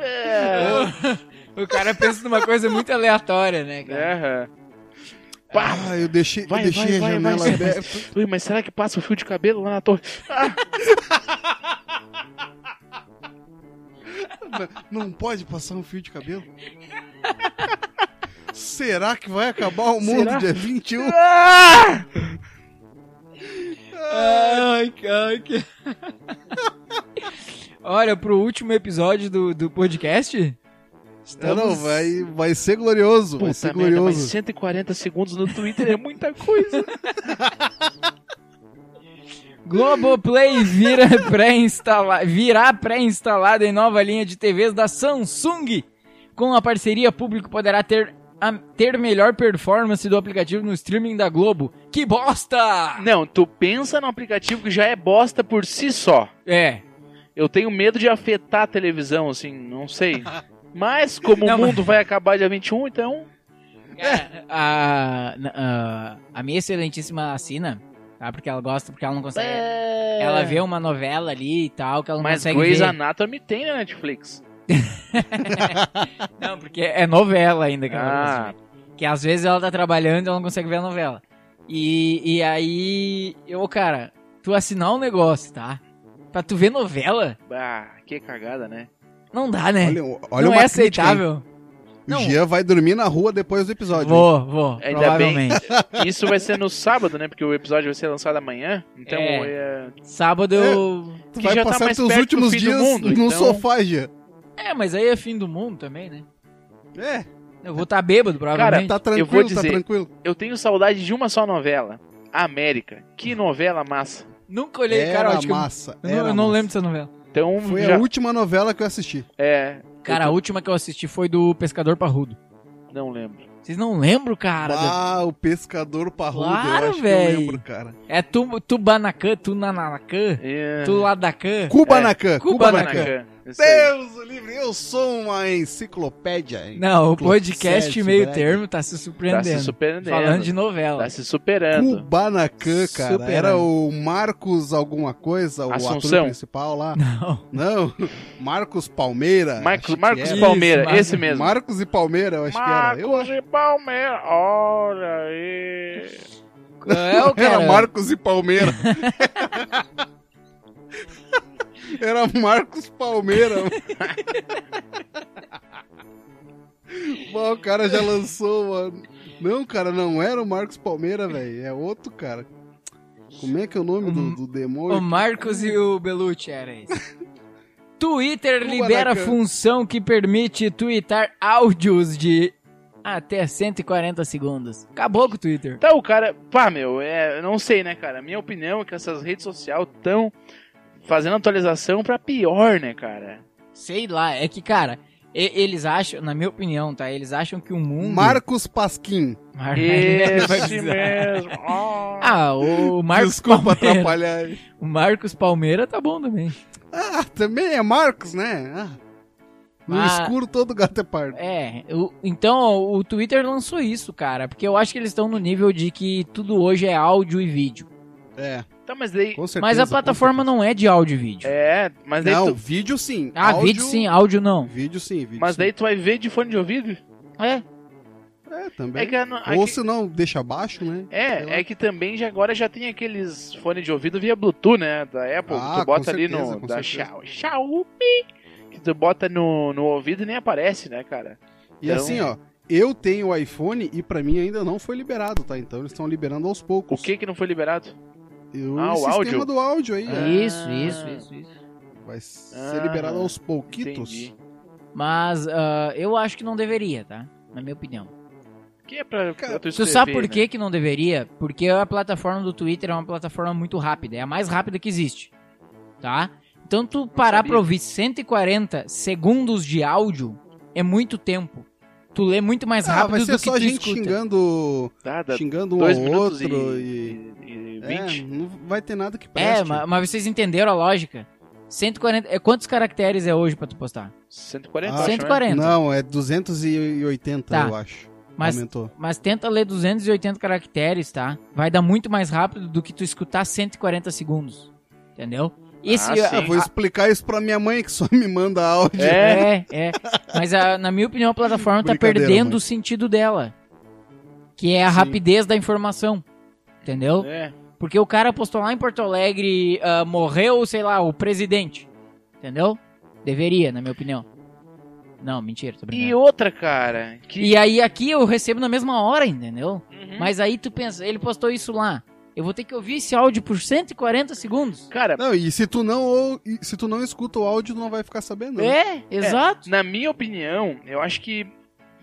[SPEAKER 2] É.
[SPEAKER 1] o cara pensa numa coisa muito aleatória, né, cara?
[SPEAKER 2] Aham. Pá,
[SPEAKER 3] Ah, eu deixei,
[SPEAKER 2] Vai,
[SPEAKER 3] eu
[SPEAKER 2] vai,
[SPEAKER 3] deixei a
[SPEAKER 2] vai,
[SPEAKER 3] janela
[SPEAKER 2] vai.
[SPEAKER 3] aberta.
[SPEAKER 2] Ui, mas será que passa o fio de cabelo lá na torre?
[SPEAKER 3] Não pode passar um fio de cabelo? Será que vai acabar o mundo
[SPEAKER 2] Será?
[SPEAKER 3] dia 21?
[SPEAKER 2] Ah!
[SPEAKER 1] Ai, cara, que... Olha, pro último episódio do, do podcast...
[SPEAKER 3] Não,
[SPEAKER 1] Estamos...
[SPEAKER 3] É, não, vai, vai ser glorioso. vai ser
[SPEAKER 2] Puta merda, mas
[SPEAKER 3] glorioso.
[SPEAKER 2] 140 segundos no Twitter é muita coisa.
[SPEAKER 1] Globoplay vira pré-instala- virá pré-instalada em nova linha de TVs da Samsung. Com a parceria, o público poderá ter, a- ter melhor performance do aplicativo no streaming da Globo. Que bosta!
[SPEAKER 2] Não, tu pensa num aplicativo que já é bosta por si só.
[SPEAKER 1] É.
[SPEAKER 2] Eu tenho medo de afetar a televisão, assim, não sei. Mas como
[SPEAKER 1] Não,
[SPEAKER 2] o
[SPEAKER 1] mas-
[SPEAKER 2] mundo vai acabar dia 21, então.
[SPEAKER 1] Cara, a, na- a, a minha excelentíssima assina, tá? Porque ela gosta, porque ela não consegue.
[SPEAKER 2] É.
[SPEAKER 1] Ela vê uma novela ali e tal, que ela É. não
[SPEAKER 2] Mas
[SPEAKER 1] consegue
[SPEAKER 2] Grey's
[SPEAKER 1] ver.
[SPEAKER 2] Anatomy tem na Netflix.
[SPEAKER 1] Não, porque é novela ainda que ela não
[SPEAKER 2] Ah.
[SPEAKER 1] consegue ver. Que às vezes ela tá trabalhando e ela não consegue ver a novela. E, e aí, eu, cara, tu assinar um negócio, tá? Pra tu ver novela,
[SPEAKER 2] Ah, que cagada, né?
[SPEAKER 1] não dá, né?
[SPEAKER 3] Olha, olha
[SPEAKER 1] não
[SPEAKER 3] uma
[SPEAKER 1] é
[SPEAKER 3] crítica, hein?
[SPEAKER 1] aceitável. Não.
[SPEAKER 3] o Jean vai dormir na rua depois do episódio. hein?
[SPEAKER 1] Vou, vou,
[SPEAKER 2] Ainda
[SPEAKER 1] provavelmente.
[SPEAKER 2] Isso vai ser no sábado, né? Porque o episódio vai ser lançado amanhã. Então, é...
[SPEAKER 1] Sábado eu...
[SPEAKER 3] Tu
[SPEAKER 2] que
[SPEAKER 3] vai
[SPEAKER 2] já tá
[SPEAKER 3] passar
[SPEAKER 2] mais
[SPEAKER 3] teus
[SPEAKER 2] perto do
[SPEAKER 3] últimos
[SPEAKER 2] fim do
[SPEAKER 3] dias
[SPEAKER 2] mundo,
[SPEAKER 3] no
[SPEAKER 2] então.
[SPEAKER 3] sofá, Jean.
[SPEAKER 1] É, mas aí é fim do mundo também, né?
[SPEAKER 3] É,
[SPEAKER 1] Eu vou estar tá bêbado, provavelmente.
[SPEAKER 3] tá
[SPEAKER 2] eu
[SPEAKER 3] tranquilo,
[SPEAKER 2] vou
[SPEAKER 3] tá
[SPEAKER 2] dizer.
[SPEAKER 3] tranquilo.
[SPEAKER 2] eu tenho saudade de uma só novela. América. Que novela massa.
[SPEAKER 1] Nunca olhei, cara, eu
[SPEAKER 3] era
[SPEAKER 1] acho que... eu-
[SPEAKER 3] massa.
[SPEAKER 1] Eu,
[SPEAKER 3] era
[SPEAKER 1] não, eu não
[SPEAKER 3] massa.
[SPEAKER 1] lembro dessa novela.
[SPEAKER 2] Então,
[SPEAKER 3] Foi
[SPEAKER 2] já...
[SPEAKER 3] a última novela que eu assisti.
[SPEAKER 2] É,
[SPEAKER 1] Cara, a última que eu assisti foi do Pescador Parrudo.
[SPEAKER 2] não lembro.
[SPEAKER 1] Vocês não lembram, cara? da-
[SPEAKER 3] ah, o pescador parrudo,
[SPEAKER 1] Claro,
[SPEAKER 3] eu acho que
[SPEAKER 1] véi.
[SPEAKER 3] eu lembro, cara.
[SPEAKER 1] É tu, Tubanacan, Tunanacan,
[SPEAKER 2] É...
[SPEAKER 1] Tuladacan.
[SPEAKER 3] Kubanacan,
[SPEAKER 1] É. Kubanacan.
[SPEAKER 3] Kubanacan.
[SPEAKER 2] Kubanacan. Isso aí.
[SPEAKER 3] Deus, o livre, eu sou uma enciclopédia. hein?
[SPEAKER 1] Não, o
[SPEAKER 3] Clube
[SPEAKER 1] podcast
[SPEAKER 3] Sete,
[SPEAKER 1] meio
[SPEAKER 3] breve.
[SPEAKER 1] termo tá se
[SPEAKER 2] Tá
[SPEAKER 1] surpreendendo.
[SPEAKER 2] se superando.
[SPEAKER 1] Falando de novela.
[SPEAKER 2] Tá se superando.
[SPEAKER 3] Kubanacan, cara.
[SPEAKER 1] Super
[SPEAKER 3] Era
[SPEAKER 1] anime.
[SPEAKER 3] o Marcos alguma coisa, o
[SPEAKER 2] Assunção.
[SPEAKER 3] ator principal lá.
[SPEAKER 1] Não.
[SPEAKER 3] Não, Marcos Palmeira.
[SPEAKER 2] Marcos,
[SPEAKER 3] acho que
[SPEAKER 2] Marcos
[SPEAKER 3] era.
[SPEAKER 1] é.
[SPEAKER 2] Palmeira,
[SPEAKER 1] Isso, Marcos.
[SPEAKER 2] esse mesmo.
[SPEAKER 3] Marcos e Palmeira, eu acho que era. Eu acho
[SPEAKER 2] Marcos e Palmeira, olha aí.
[SPEAKER 1] É o
[SPEAKER 3] que era
[SPEAKER 1] cara.
[SPEAKER 3] Marcos e Palmeira. era Marcos Palmeira. Bom, o cara já lançou, mano. Não, cara, não era o Marcos Palmeira, velho. É outro cara. Como é que é o nome
[SPEAKER 1] Hum.
[SPEAKER 3] do, do demônio?
[SPEAKER 1] O Marcos e o Belucci era isso. Twitter
[SPEAKER 3] O
[SPEAKER 1] libera
[SPEAKER 3] Maracanã.
[SPEAKER 1] função que permite twittar áudios de até 140 segundos. Acabou com o Twitter.
[SPEAKER 2] Tá, o cara. Pá, meu, é, eu não sei, né, cara? Minha opinião é que essas redes sociais estão fazendo atualização pra pior, né, cara?
[SPEAKER 1] Sei lá, é que, cara, e- eles acham, na minha opinião, tá? Eles acham que o mundo.
[SPEAKER 3] Marcos Pasquim.
[SPEAKER 1] Mar- Vai
[SPEAKER 2] Esse
[SPEAKER 1] precisar.
[SPEAKER 2] mesmo. tá ó.
[SPEAKER 1] Ah, o Marcos
[SPEAKER 3] Desculpa
[SPEAKER 1] Palmeira.
[SPEAKER 3] atrapalhar aí.
[SPEAKER 1] O Marcos Palmeira tá bom também.
[SPEAKER 3] Ah, também é Marcos, né? Ah, no
[SPEAKER 1] Ah.
[SPEAKER 3] escuro todo gato é pardo.
[SPEAKER 1] É, o- então o Twitter lançou isso, cara, porque eu acho que eles estão no nível de que tudo hoje é áudio e vídeo.
[SPEAKER 3] É,
[SPEAKER 2] Tá, mas daí.
[SPEAKER 3] com certeza.
[SPEAKER 1] Mas a
[SPEAKER 3] com
[SPEAKER 1] plataforma não é de áudio e vídeo.
[SPEAKER 2] É, mas daí.
[SPEAKER 3] certeza. Não,
[SPEAKER 2] tu,
[SPEAKER 3] vídeo sim.
[SPEAKER 1] ah,
[SPEAKER 3] áudio-
[SPEAKER 1] vídeo sim, áudio não.
[SPEAKER 3] Vídeo sim, vídeo
[SPEAKER 2] mas
[SPEAKER 3] sim.
[SPEAKER 2] daí tu vai ver de fone de ouvido?
[SPEAKER 1] É,
[SPEAKER 3] É, também.
[SPEAKER 2] É que, a- a-
[SPEAKER 3] Ou
[SPEAKER 2] que-
[SPEAKER 3] se não, deixa abaixo, né? Sei lá.
[SPEAKER 2] é, é que também já, agora já tem aqueles fones de ouvido via Bluetooth, né? Da Apple.
[SPEAKER 3] Ah,
[SPEAKER 2] que tu bota
[SPEAKER 3] com
[SPEAKER 2] ali
[SPEAKER 3] certeza,
[SPEAKER 2] no.
[SPEAKER 3] com
[SPEAKER 2] Da
[SPEAKER 3] certeza.
[SPEAKER 2] Xiao- Xiaomi. Que tu bota no, no ouvido e nem aparece, né, cara?
[SPEAKER 3] E
[SPEAKER 2] Então-
[SPEAKER 3] assim, ó, eu tenho o iPhone e pra mim ainda não foi liberado, tá? Então eles estão liberando aos
[SPEAKER 2] O
[SPEAKER 3] poucos.
[SPEAKER 2] que que não foi liberado?
[SPEAKER 3] Eu,
[SPEAKER 2] Ah, o
[SPEAKER 3] o sistema
[SPEAKER 2] áudio?
[SPEAKER 3] do áudio aí,
[SPEAKER 2] Ah.
[SPEAKER 3] é.
[SPEAKER 1] isso, isso, isso, isso.
[SPEAKER 3] Vai ser
[SPEAKER 2] Ah,
[SPEAKER 3] liberado aos pouquitos.
[SPEAKER 2] Entendi.
[SPEAKER 1] Mas ah, eu acho que não deveria, tá? Na minha opinião.
[SPEAKER 2] Que é pra, pra
[SPEAKER 3] Cara,
[SPEAKER 2] tu
[SPEAKER 1] Você
[SPEAKER 2] escrever,
[SPEAKER 1] sabe por
[SPEAKER 2] né?
[SPEAKER 1] que, que não deveria? Porque a plataforma do Twitter é uma plataforma muito rápida, é a mais rápida que existe. Tá? Então tu parar
[SPEAKER 2] sabia.
[SPEAKER 1] pra ouvir 140 segundos de áudio é muito tempo. Tu lê muito mais
[SPEAKER 3] Ah,
[SPEAKER 1] rápido
[SPEAKER 3] vai
[SPEAKER 1] do
[SPEAKER 3] ser
[SPEAKER 1] que
[SPEAKER 3] só
[SPEAKER 1] tu
[SPEAKER 3] a gente
[SPEAKER 1] escuta.
[SPEAKER 3] xingando,
[SPEAKER 2] Tá, dá
[SPEAKER 3] xingando um
[SPEAKER 2] dois
[SPEAKER 3] ao
[SPEAKER 2] minutos
[SPEAKER 3] outro e...
[SPEAKER 2] e, e, e
[SPEAKER 3] É,
[SPEAKER 2] 20.
[SPEAKER 3] não vai ter nada que preste.
[SPEAKER 1] É, ma- mas vocês entenderam a lógica? 140, é quantos caracteres é hoje pra tu postar?
[SPEAKER 2] 140,
[SPEAKER 3] Ah,
[SPEAKER 2] eu acho, né?
[SPEAKER 1] 140.
[SPEAKER 3] Não, é 280,
[SPEAKER 1] Tá.
[SPEAKER 3] eu acho.
[SPEAKER 1] Mas,
[SPEAKER 3] Aumentou.
[SPEAKER 1] mas tenta ler 280 caracteres, tá? Vai dar muito mais rápido do que tu escutar 140 segundos. Entendeu? Esse, é
[SPEAKER 2] Ah, sim.
[SPEAKER 3] Eu vou explicar isso pra minha mãe, que só me manda áudio.
[SPEAKER 2] É,
[SPEAKER 1] É, é. Mas a- na minha opinião, a plataforma tá
[SPEAKER 3] Brincadeira,
[SPEAKER 1] perdendo
[SPEAKER 3] mãe.
[SPEAKER 1] o sentido dela. Que é a
[SPEAKER 3] Sim.
[SPEAKER 1] rapidez da informação. Entendeu?
[SPEAKER 2] é.
[SPEAKER 1] Porque o cara postou lá em Porto Alegre, ah, morreu, sei lá, o presidente. Entendeu? Deveria, na minha opinião. Não, mentira, tô
[SPEAKER 2] E
[SPEAKER 1] brincando.
[SPEAKER 2] outra, cara, que...
[SPEAKER 1] E aí aqui eu recebo na mesma hora, entendeu?
[SPEAKER 2] Uhum.
[SPEAKER 1] Mas aí tu pensa, ele postou isso lá. Eu vou ter que ouvir esse áudio por 140 segundos?
[SPEAKER 2] Cara,
[SPEAKER 3] Não, e se tu não, ou, e se tu não escuta o áudio, tu não vai ficar sabendo. né?
[SPEAKER 1] É, exato.
[SPEAKER 2] na minha opinião, eu acho que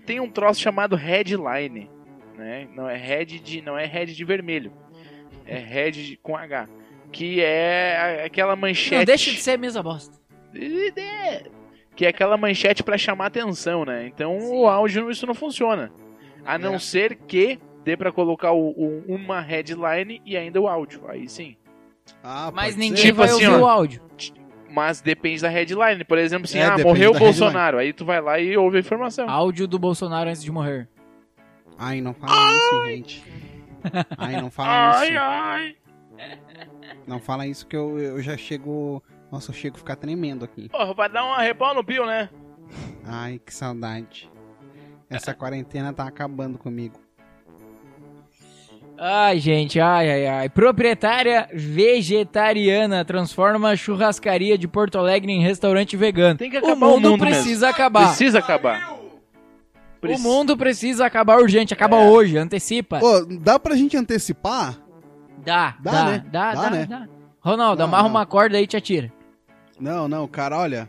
[SPEAKER 2] tem um troço chamado headline, né? Não é head de, não é head de vermelho. É head de- com H, que é a- aquela manchete.
[SPEAKER 1] Não deixa de ser a mesma bosta.
[SPEAKER 2] Que é aquela manchete pra chamar atenção, né? Então o áudio isso não funciona. A não
[SPEAKER 3] É.
[SPEAKER 2] ser que dê pra colocar o- o- uma headline e ainda o áudio. Aí sim.
[SPEAKER 3] Ah,
[SPEAKER 1] Mas
[SPEAKER 3] pode
[SPEAKER 1] ninguém
[SPEAKER 3] ser.
[SPEAKER 2] Tipo
[SPEAKER 1] vai
[SPEAKER 2] assim,
[SPEAKER 1] ouvir
[SPEAKER 2] ó.
[SPEAKER 1] o áudio.
[SPEAKER 2] Mas depende da headline. Por exemplo, assim,
[SPEAKER 3] É,
[SPEAKER 2] ah,
[SPEAKER 3] depende
[SPEAKER 2] morreu o
[SPEAKER 3] da Ah,
[SPEAKER 2] Bolsonaro. Aí tu vai lá e ouve a informação.
[SPEAKER 1] Áudio do Bolsonaro antes de morrer.
[SPEAKER 3] Ai, não fala isso, gente. Ai, não fala
[SPEAKER 2] ai,
[SPEAKER 3] isso.
[SPEAKER 2] ai.
[SPEAKER 4] Não fala isso que eu, eu já chego. Nossa, eu chego a ficar tremendo aqui.
[SPEAKER 2] Porra, vai dar um arrebol no pio, né?
[SPEAKER 4] Ai, que saudade. Essa quarentena tá acabando comigo.
[SPEAKER 1] Ai, gente, ai, ai, ai. Proprietária vegetariana transforma a churrascaria de Porto Alegre em restaurante vegano.
[SPEAKER 2] Tem que
[SPEAKER 1] O
[SPEAKER 2] acabar
[SPEAKER 1] mundo,
[SPEAKER 2] o mundo
[SPEAKER 1] precisa acabar.
[SPEAKER 2] Precisa acabar.
[SPEAKER 1] O mundo precisa acabar urgente. Acaba
[SPEAKER 2] É.
[SPEAKER 1] hoje, antecipa.
[SPEAKER 3] Ô, dá pra gente antecipar?
[SPEAKER 1] Dá, dá,
[SPEAKER 3] Dá,
[SPEAKER 1] dá,
[SPEAKER 3] né?
[SPEAKER 1] dá, dá,
[SPEAKER 3] Dá, né?
[SPEAKER 1] Ronaldo,
[SPEAKER 3] Não,
[SPEAKER 1] amarra
[SPEAKER 3] não.
[SPEAKER 1] uma corda aí e te atira.
[SPEAKER 3] Não, não, cara, olha.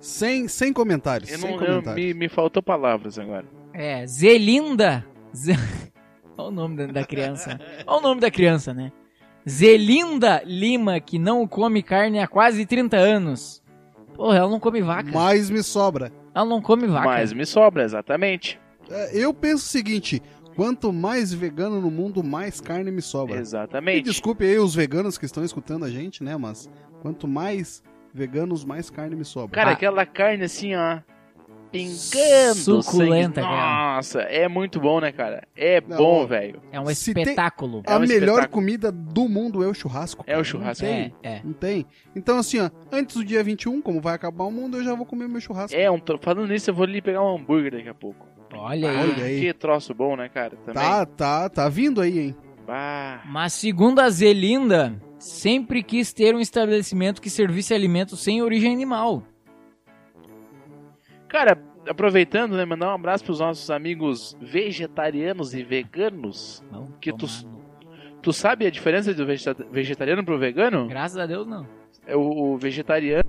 [SPEAKER 3] Sem, sem comentários,
[SPEAKER 2] Eu
[SPEAKER 3] sem
[SPEAKER 2] não, eu,
[SPEAKER 3] comentários.
[SPEAKER 2] me, me faltou palavras agora.
[SPEAKER 1] É, Zelinda. Z... Olha o nome da, da criança. Olha o nome da criança, né? Zelinda Lima, que não come carne há quase 30 anos. Porra, ela não come vaca.
[SPEAKER 3] Mas me sobra.
[SPEAKER 1] Ela não come vaca.
[SPEAKER 2] Mas me sobra, exatamente.
[SPEAKER 3] É, Eu penso o seguinte, quanto mais vegano no mundo, mais carne me sobra. E
[SPEAKER 2] Exatamente.
[SPEAKER 3] desculpe aí os veganos que estão escutando a gente, né, mas quanto mais Veganos mais carne me sobra.
[SPEAKER 2] Cara,
[SPEAKER 1] Ah.
[SPEAKER 2] aquela carne assim, ó. Pingando. sangue.
[SPEAKER 1] Suculenta, cara.
[SPEAKER 2] Nossa, é muito bom, né, cara? É
[SPEAKER 3] Não,
[SPEAKER 2] bom,
[SPEAKER 3] ó.
[SPEAKER 2] velho.
[SPEAKER 1] É um
[SPEAKER 3] Se tem- É,
[SPEAKER 1] espetáculo.
[SPEAKER 3] a
[SPEAKER 2] um
[SPEAKER 3] melhor
[SPEAKER 2] espetáculo.
[SPEAKER 3] comida do mundo é o churrasco.
[SPEAKER 2] É o
[SPEAKER 3] Não
[SPEAKER 2] churrasco.
[SPEAKER 3] tem,
[SPEAKER 1] É, é.
[SPEAKER 3] não tem. Então, assim, ó, antes do dia 21, como vai acabar o mundo, eu já vou comer meu churrasco.
[SPEAKER 2] É, um tro- falando nisso, eu vou ali pegar um hambúrguer daqui a pouco. Ah,
[SPEAKER 1] Olha aí.
[SPEAKER 3] Olha aí.
[SPEAKER 2] Que troço bom, né, cara? Também.
[SPEAKER 3] tá, tá, tá vindo aí, hein?
[SPEAKER 2] Bah.
[SPEAKER 1] Mas segundo a Zelinda, sempre quis ter um estabelecimento que servisse alimentos sem origem animal.
[SPEAKER 2] Cara, aproveitando, né, mandar um abraço pros nossos amigos vegetarianos e veganos.
[SPEAKER 1] Não,
[SPEAKER 2] Que
[SPEAKER 1] tomar
[SPEAKER 2] tu-
[SPEAKER 1] no-
[SPEAKER 2] Tu sabe a diferença do vegeta- vegetariano pro vegano?
[SPEAKER 1] Graças a Deus, não.
[SPEAKER 2] É O, o vegetariano,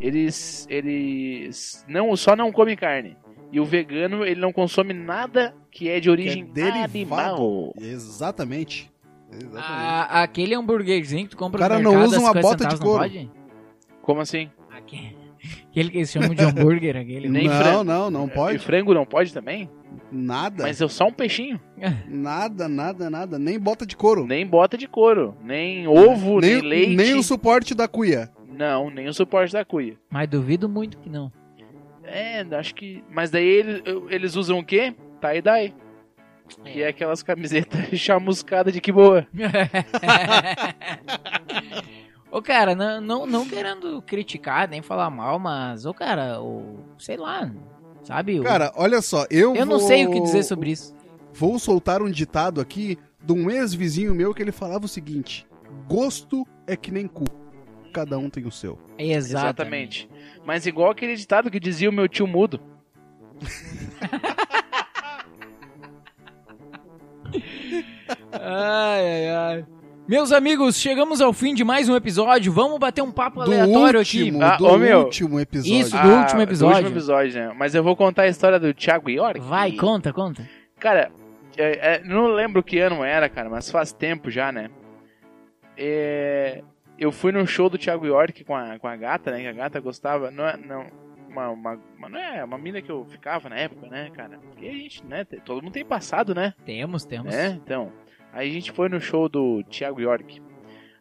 [SPEAKER 2] eles, eles não, só não come carne. E o vegano, ele não consome nada que é de origem
[SPEAKER 3] derivado.
[SPEAKER 2] animal.
[SPEAKER 3] Exatamente. Exatamente.
[SPEAKER 2] Ah,
[SPEAKER 1] A- aquele hambúrguerzinho que tu compra
[SPEAKER 3] O cara
[SPEAKER 1] no
[SPEAKER 3] não
[SPEAKER 1] mercado
[SPEAKER 3] usa
[SPEAKER 1] a
[SPEAKER 3] uma
[SPEAKER 1] 50
[SPEAKER 3] bota de
[SPEAKER 1] centavos,
[SPEAKER 3] couro.
[SPEAKER 1] Não pode?
[SPEAKER 2] Como assim?
[SPEAKER 1] Aque- Aquele que eles chamam de hambúrguer, aquele.
[SPEAKER 2] nem
[SPEAKER 3] não,
[SPEAKER 2] frango.
[SPEAKER 3] não, não
[SPEAKER 2] E
[SPEAKER 3] pode.
[SPEAKER 2] frango não pode também?
[SPEAKER 3] Nada.
[SPEAKER 2] Mas eu só um peixinho.
[SPEAKER 3] Nada, nada, nada. Nem bota de couro.
[SPEAKER 2] Nem bota de couro, nem ovo, nem, leite.
[SPEAKER 3] Nem o suporte da cuia.
[SPEAKER 2] Não, nem o suporte da cuia.
[SPEAKER 1] Mas duvido muito que não.
[SPEAKER 2] É, acho que. Mas daí ele- eles usam o quê? Tie-dye. Que é aquelas camisetas chamuscadas de que boa.
[SPEAKER 1] Ô, cara, não, não, não querendo criticar nem falar mal, mas, ô, cara, o, sei lá, sabe? O-
[SPEAKER 3] Cara, olha só, eu
[SPEAKER 1] eu não
[SPEAKER 3] vou-
[SPEAKER 1] sei o que dizer sobre isso.
[SPEAKER 3] Vou soltar um ditado aqui de um ex-vizinho meu que ele falava o seguinte: gosto é que nem cu. Cada um tem o seu.
[SPEAKER 1] É, Exatamente.
[SPEAKER 2] Exatamente. Mas igual aquele ditado que dizia o meu tio mudo.
[SPEAKER 1] Ai, ai, ai. Meus amigos, chegamos ao fim de mais um episódio. Vamos bater um papo
[SPEAKER 3] Do
[SPEAKER 1] aleatório
[SPEAKER 3] último,
[SPEAKER 2] Ah,
[SPEAKER 3] do
[SPEAKER 2] ô, meu.
[SPEAKER 3] último episódio. Ah,
[SPEAKER 1] Isso. do último episódio.
[SPEAKER 2] Ah, último episódio, né? Mas eu vou contar a história do Thiago York.
[SPEAKER 1] aqui. Vai, conta, conta.
[SPEAKER 2] Cara, é, é, não lembro que ano era, cara, mas faz tempo já, né? É, eu fui num show do Thiago York com a, com a gata, né? Que a gata gostava. Não, é- não, uma, uma, uma- não é uma mina que eu ficava na época, né, cara? Porque a gente, né? tem- Todo mundo tem passado, né?
[SPEAKER 1] Temos, temos.
[SPEAKER 2] né? Então, aí a gente foi no show do Thiago York.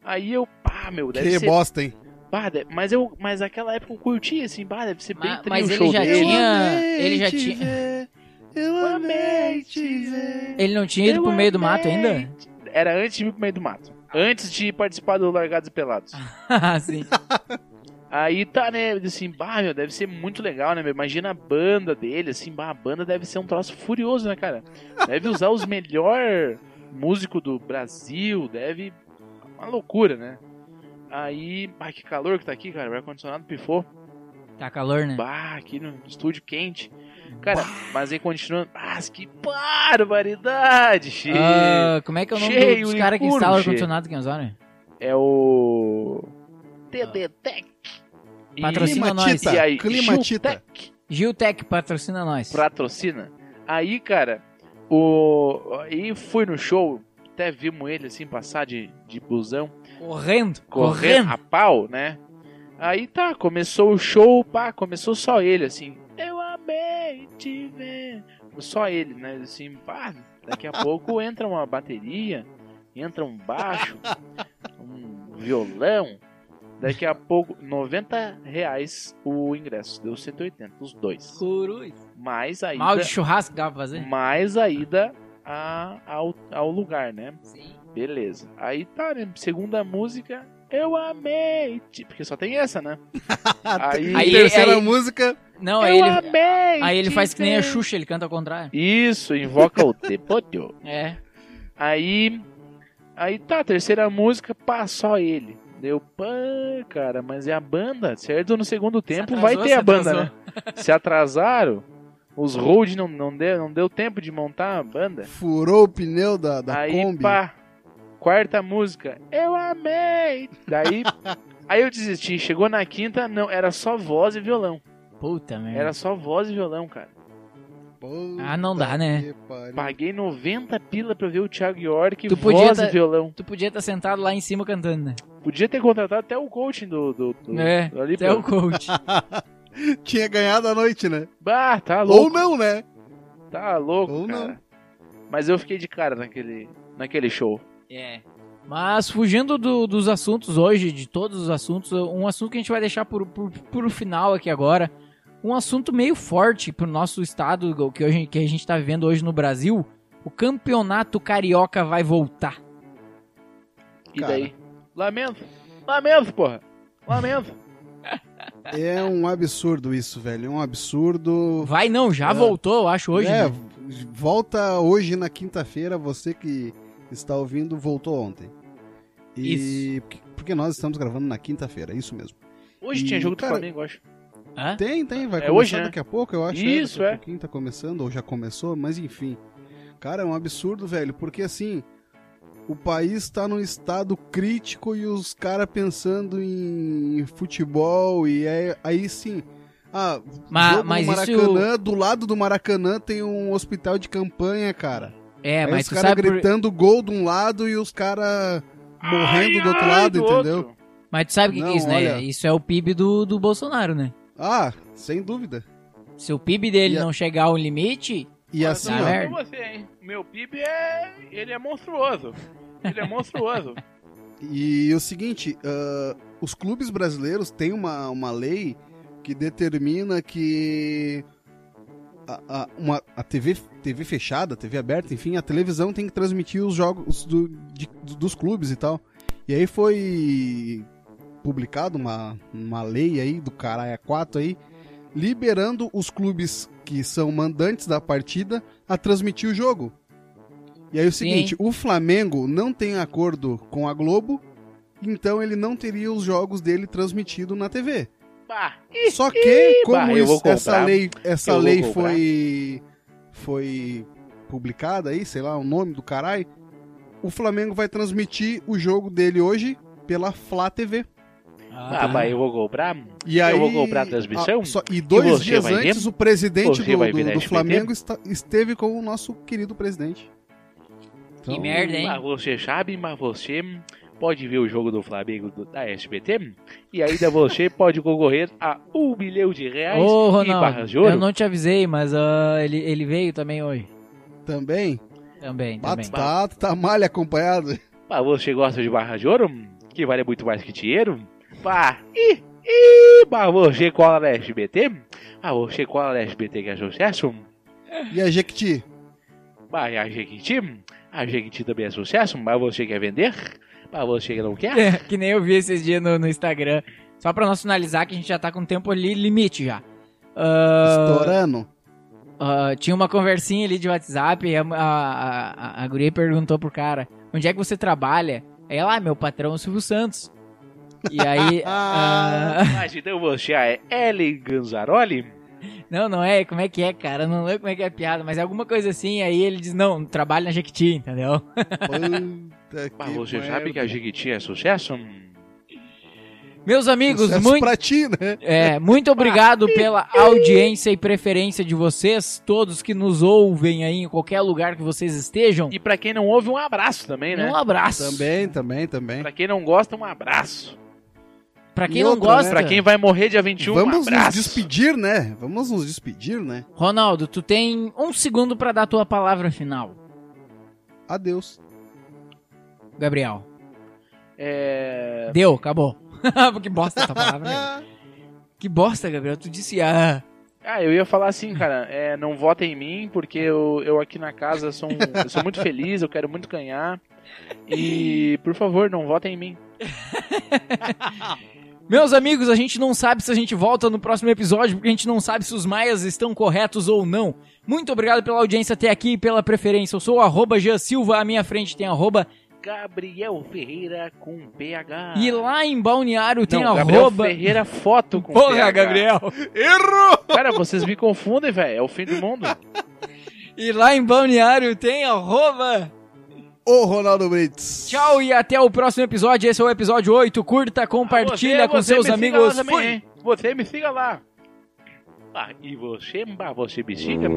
[SPEAKER 2] Aí eu, pá, meu, deve
[SPEAKER 3] Que
[SPEAKER 2] ser.
[SPEAKER 3] bosta, hein?
[SPEAKER 2] Pá, de- mas eu, mas naquela época eu curti, assim, bah, deve ser bem
[SPEAKER 1] Ma-
[SPEAKER 2] tri
[SPEAKER 1] mas
[SPEAKER 2] o
[SPEAKER 1] ele
[SPEAKER 2] show
[SPEAKER 1] já
[SPEAKER 2] dele.
[SPEAKER 1] tinha-
[SPEAKER 3] Eu
[SPEAKER 1] ele já
[SPEAKER 3] amei te
[SPEAKER 1] tinha-
[SPEAKER 3] ver, Eu amei te ver.
[SPEAKER 1] Ele não tinha ido
[SPEAKER 2] Eu
[SPEAKER 1] pro meio do
[SPEAKER 2] amei.
[SPEAKER 1] mato ainda?
[SPEAKER 2] Era antes de ir pro meio do mato. Antes de participar do Largados e Pelados.
[SPEAKER 1] Ah, Sim.
[SPEAKER 2] Aí tá, né, eu disse assim, bah, meu, deve ser muito legal, né, meu? Imagina a banda dele, assim, bah, a banda deve ser um troço furioso, né, cara? Deve usar os melhores músicos do Brasil, deve... Uma loucura, né? Aí, bah, que calor que tá aqui, cara, o ar-condicionado pifou.
[SPEAKER 1] Tá calor, né?
[SPEAKER 2] Bah, aqui no estúdio quente. Cara, mas aí continuando. Ah, que barbaridade, cheio.
[SPEAKER 1] Ah, como é que é o nome
[SPEAKER 2] Cheio
[SPEAKER 1] dos
[SPEAKER 2] e
[SPEAKER 1] caras que
[SPEAKER 2] curvo,
[SPEAKER 1] instalam
[SPEAKER 2] cheio.
[SPEAKER 1] ar-condicionado que usaram? né?
[SPEAKER 2] É o. TDTech. E-
[SPEAKER 1] Patrocina nós.
[SPEAKER 3] Climatita.
[SPEAKER 2] E aí,
[SPEAKER 3] Climatita.
[SPEAKER 2] Chutec
[SPEAKER 1] Giltec patrocina nós.
[SPEAKER 2] Patrocina. Aí, cara, o. Aí fui no show, até vimos ele assim passar de, de busão.
[SPEAKER 1] Correndo,
[SPEAKER 2] correndo
[SPEAKER 1] correndo.
[SPEAKER 2] a pau, né? Aí tá, começou o show, pá, começou só ele, assim. Eu amei te ver. Só ele, né? Assim, pá, daqui a pouco entra uma bateria, entra um baixo, um violão. Daqui a pouco, 90 reais o ingresso, deu 180, os dois.
[SPEAKER 1] Curui.
[SPEAKER 2] Mais a
[SPEAKER 1] Mal de
[SPEAKER 2] ida,
[SPEAKER 1] churrasco que dava pra fazer?
[SPEAKER 2] mais a ida a- ao, ao lugar, né?
[SPEAKER 1] Sim.
[SPEAKER 2] Beleza. Aí tá, né? Segunda música, eu amei. te- Porque só tem essa, né?
[SPEAKER 1] Aí-
[SPEAKER 2] aí,
[SPEAKER 3] Ah, tá. Terceira
[SPEAKER 1] aí-
[SPEAKER 3] música.
[SPEAKER 1] Não,
[SPEAKER 2] eu
[SPEAKER 1] aí ele,
[SPEAKER 2] amei.
[SPEAKER 1] aí ele
[SPEAKER 2] te
[SPEAKER 1] faz que nem a
[SPEAKER 2] ver.
[SPEAKER 1] Xuxa, ele canta ao contrário.
[SPEAKER 2] Isso, invoca o Tepotio.
[SPEAKER 1] É.
[SPEAKER 2] Aí. Aí tá, terceira música, pá, só ele. Deu, pã, cara, mas é a banda, certo? No segundo tempo
[SPEAKER 1] atrasou,
[SPEAKER 2] vai ter
[SPEAKER 1] se
[SPEAKER 2] a banda,
[SPEAKER 1] atrasou.
[SPEAKER 2] né? Se atrasaram, os road não, não, deu, não deu tempo de montar a banda.
[SPEAKER 3] Furou o pneu da, da
[SPEAKER 2] aí,
[SPEAKER 3] Kombi.
[SPEAKER 2] pá, quarta música, eu amei. Daí, aí eu desisti. Chegou na quinta, não, era só voz e violão.
[SPEAKER 1] Puta
[SPEAKER 3] Hum.
[SPEAKER 1] merda.
[SPEAKER 2] Era só voz e violão, cara.
[SPEAKER 3] Puta
[SPEAKER 1] Ah, não dá, né?
[SPEAKER 3] que pariu.
[SPEAKER 2] Paguei 90 pila pra ver o Thiago York,
[SPEAKER 1] Tu podia
[SPEAKER 2] voz
[SPEAKER 1] tá-
[SPEAKER 2] e violão.
[SPEAKER 1] Tu podia estar sentado lá em cima cantando, né?
[SPEAKER 2] Podia ter contratado até o coaching do... do, do
[SPEAKER 1] É,
[SPEAKER 2] do ali,
[SPEAKER 1] Até
[SPEAKER 2] pô.
[SPEAKER 1] o coach.
[SPEAKER 3] Tinha ganhado a noite, né?
[SPEAKER 2] Bah, tá louco,
[SPEAKER 3] Ou não, né?
[SPEAKER 2] tá louco,
[SPEAKER 3] Ou
[SPEAKER 2] cara. Mas eu fiquei de cara naquele, naquele show.
[SPEAKER 1] É. Mas fugindo do- dos assuntos hoje, de todos os assuntos, um assunto que a gente vai deixar por, por, por final aqui agora, um assunto meio forte pro nosso estado que, hoje, que a gente tá vivendo hoje no Brasil, o campeonato carioca vai voltar.
[SPEAKER 2] E
[SPEAKER 3] Cara.
[SPEAKER 2] daí? Lamento. Lamento, porra. Lamento.
[SPEAKER 3] É um absurdo isso, velho. É um absurdo.
[SPEAKER 1] Vai não, já voltou, eu acho, hoje.
[SPEAKER 3] É,
[SPEAKER 1] né?
[SPEAKER 3] volta hoje na quinta-feira, você que está ouvindo voltou ontem. E porque nós estamos gravando na quinta-feira, é isso mesmo.
[SPEAKER 2] Hoje
[SPEAKER 3] E,
[SPEAKER 2] tinha jogo do
[SPEAKER 3] cara,
[SPEAKER 2] Flamengo, eu acho.
[SPEAKER 1] Hã?
[SPEAKER 3] Tem, tem, vai
[SPEAKER 2] É
[SPEAKER 3] começar
[SPEAKER 2] hoje, né?
[SPEAKER 3] daqui a pouco, eu acho.
[SPEAKER 2] Isso,
[SPEAKER 3] daqui a
[SPEAKER 2] é.
[SPEAKER 3] pouquinho tá começando, ou já começou, mas enfim. Cara, é um absurdo, velho, porque assim, o país tá num estado crítico e os caras pensando em futebol, e aí, aí sim. Ah,
[SPEAKER 1] Ma-
[SPEAKER 3] jogo no
[SPEAKER 1] mas isso-
[SPEAKER 3] Maracanã, do lado do Maracanã tem um hospital de campanha, cara.
[SPEAKER 1] É,
[SPEAKER 3] Aí
[SPEAKER 1] mas
[SPEAKER 3] os
[SPEAKER 1] tu
[SPEAKER 3] caras
[SPEAKER 1] sabe, por-
[SPEAKER 3] gritando gol de um lado e os caras morrendo do outro lado, entendeu?
[SPEAKER 2] Outro.
[SPEAKER 1] mas tu sabe o que, que é
[SPEAKER 3] Não,
[SPEAKER 1] isso, né?
[SPEAKER 3] olha.
[SPEAKER 1] Isso é o PIB do, do Bolsonaro, né?
[SPEAKER 3] Ah, sem dúvida.
[SPEAKER 1] Se o PIB dele
[SPEAKER 3] E a-
[SPEAKER 1] não chegar ao limite,
[SPEAKER 3] E
[SPEAKER 2] Mas
[SPEAKER 3] assim,
[SPEAKER 1] tá
[SPEAKER 2] eu
[SPEAKER 3] ó,
[SPEAKER 1] merda.
[SPEAKER 2] tô com você, hein? Meu PIB é. Ele é monstruoso. Ele é monstruoso.
[SPEAKER 3] E o seguinte, ah, os clubes brasileiros têm uma, uma lei que determina que a, a- uma, a TV, TV fechada, TV aberta, enfim, a televisão tem que transmitir os jogos do- de- dos clubes e tal. E aí foi publicado uma, uma lei aí do Caraia 4 aí, liberando os clubes que são mandantes da partida a transmitir o jogo. E aí é o
[SPEAKER 1] Sim.
[SPEAKER 3] seguinte, o Flamengo não tem acordo com a Globo, então ele não teria os jogos dele transmitido na TV.
[SPEAKER 2] Bah.
[SPEAKER 3] Só que,
[SPEAKER 2] bah,
[SPEAKER 3] como
[SPEAKER 2] eu vou
[SPEAKER 3] isso- essa
[SPEAKER 2] comprar.
[SPEAKER 3] lei, essa
[SPEAKER 2] Eu vou
[SPEAKER 3] lei
[SPEAKER 2] comprar.
[SPEAKER 3] foi, foi publicada aí, sei lá, o nome do caralho, o Flamengo vai transmitir o jogo dele hoje pela Flá TV.
[SPEAKER 2] Ah, bah, eu vou comprar.
[SPEAKER 3] E aí, ah,
[SPEAKER 2] vou comprar a transmissão?
[SPEAKER 3] só- e dois
[SPEAKER 2] você
[SPEAKER 3] dias
[SPEAKER 2] vai ver?
[SPEAKER 3] antes, o presidente
[SPEAKER 2] Você
[SPEAKER 3] do,
[SPEAKER 2] vai
[SPEAKER 3] do-
[SPEAKER 2] virar
[SPEAKER 3] do
[SPEAKER 2] SBT?
[SPEAKER 3] Flamengo esta- esteve com o nosso querido presidente.
[SPEAKER 1] Que merda, hein?
[SPEAKER 2] Mas você sabe, mas você pode ver o jogo do Flamengo do- da SBT e ainda você pode concorrer a um milhão de reais
[SPEAKER 1] Ô,
[SPEAKER 2] em barras
[SPEAKER 1] Ronaldo,
[SPEAKER 2] de ouro.
[SPEAKER 1] eu não te avisei, mas ah, ele, ele veio também hoje.
[SPEAKER 3] Também,
[SPEAKER 1] Também, também.
[SPEAKER 3] Bato tá, tá malha acompanhado.
[SPEAKER 2] Pá, você gosta de barra de ouro? Que vale muito mais que dinheiro? Pá, ih, ih, pá, você cola na SBT? Ah, você cola na SBT que é sucesso?
[SPEAKER 3] E a Jequiti?
[SPEAKER 2] Pá, e a Jequiti? A Jequiti também é sucesso, mas você quer vender? Pá, você que não quer?
[SPEAKER 1] É, que nem eu vi esses dias no, no Instagram. Só pra nós finalizar, que a gente já tá com tempo ali, limite já. Ah,
[SPEAKER 3] Estourando.
[SPEAKER 1] ah, tinha uma conversinha ali de WhatsApp e a, a, a, a guria perguntou pro cara, onde é que você trabalha? Aí ela, ah, meu patrão é o Silvio Santos. E aí... ah,
[SPEAKER 2] Mas então você é Ellen Ganzaroli?
[SPEAKER 1] não, não é, como é que é, cara? Eu não lembro como é que é a piada, mas é alguma coisa assim. Aí ele diz, não, trabalho na Jequiti, entendeu?
[SPEAKER 3] Puta
[SPEAKER 2] Pá,
[SPEAKER 3] que
[SPEAKER 2] você
[SPEAKER 3] merda.
[SPEAKER 2] sabe que a Jequiti é sucesso?
[SPEAKER 1] Meus amigos,
[SPEAKER 3] Sucesso
[SPEAKER 1] muito...
[SPEAKER 3] pra ti, né?
[SPEAKER 1] É, muito obrigado pela audiência e preferência de vocês, todos que nos ouvem aí em qualquer lugar que vocês estejam.
[SPEAKER 2] E pra quem não ouve, um abraço também, né?
[SPEAKER 1] Um abraço.
[SPEAKER 3] Também, também, também.
[SPEAKER 2] Pra quem não gosta, um abraço.
[SPEAKER 1] Pra quem
[SPEAKER 3] E
[SPEAKER 1] não
[SPEAKER 3] outra,
[SPEAKER 1] gosta,
[SPEAKER 3] né?
[SPEAKER 2] Pra quem vai morrer dia 21,
[SPEAKER 3] Vamos
[SPEAKER 2] um
[SPEAKER 3] nos
[SPEAKER 2] abraço.
[SPEAKER 3] despedir, né? Vamos nos despedir, né?
[SPEAKER 1] Ronaldo, tu tem um segundo pra dar tua palavra final.
[SPEAKER 3] Adeus.
[SPEAKER 1] Gabriel.
[SPEAKER 2] É...
[SPEAKER 1] Deu, acabou. que bosta essa palavra. Gabriel. que bosta, Gabriel. Tu disse ah.
[SPEAKER 2] Ah, eu ia falar assim, cara, é, não votem em mim, porque eu, eu aqui na casa sou, um- eu sou muito feliz, eu quero muito ganhar. E, por favor, não votem em mim.
[SPEAKER 1] Meus amigos, a gente não sabe se a gente volta no próximo episódio, porque a gente não sabe se os maias estão corretos ou não. Muito obrigado pela audiência até aqui e pela preferência. Eu sou o arroba Jean Silva, à minha frente tem arroba,
[SPEAKER 2] Gabriel Ferreira com PH.
[SPEAKER 1] e lá em Balneário tem
[SPEAKER 2] não, Gabriel
[SPEAKER 1] arroba...
[SPEAKER 2] Ferreira foto com PH.
[SPEAKER 1] Porra, Gabriel!
[SPEAKER 2] Cara, vocês me confundem, velho, é o fim do mundo.
[SPEAKER 1] E lá em Balneário tem arroba...
[SPEAKER 3] Ô, Ronaldo Brits.
[SPEAKER 1] Tchau e até o próximo episódio. Esse é o episódio 8. Curta, compartilha
[SPEAKER 2] Ah, você-
[SPEAKER 1] com
[SPEAKER 2] você
[SPEAKER 1] seus
[SPEAKER 2] me siga
[SPEAKER 1] amigos.
[SPEAKER 2] lá também,
[SPEAKER 1] Fui!
[SPEAKER 2] hein? Você me siga lá. Ah, e você, ah, você me siga?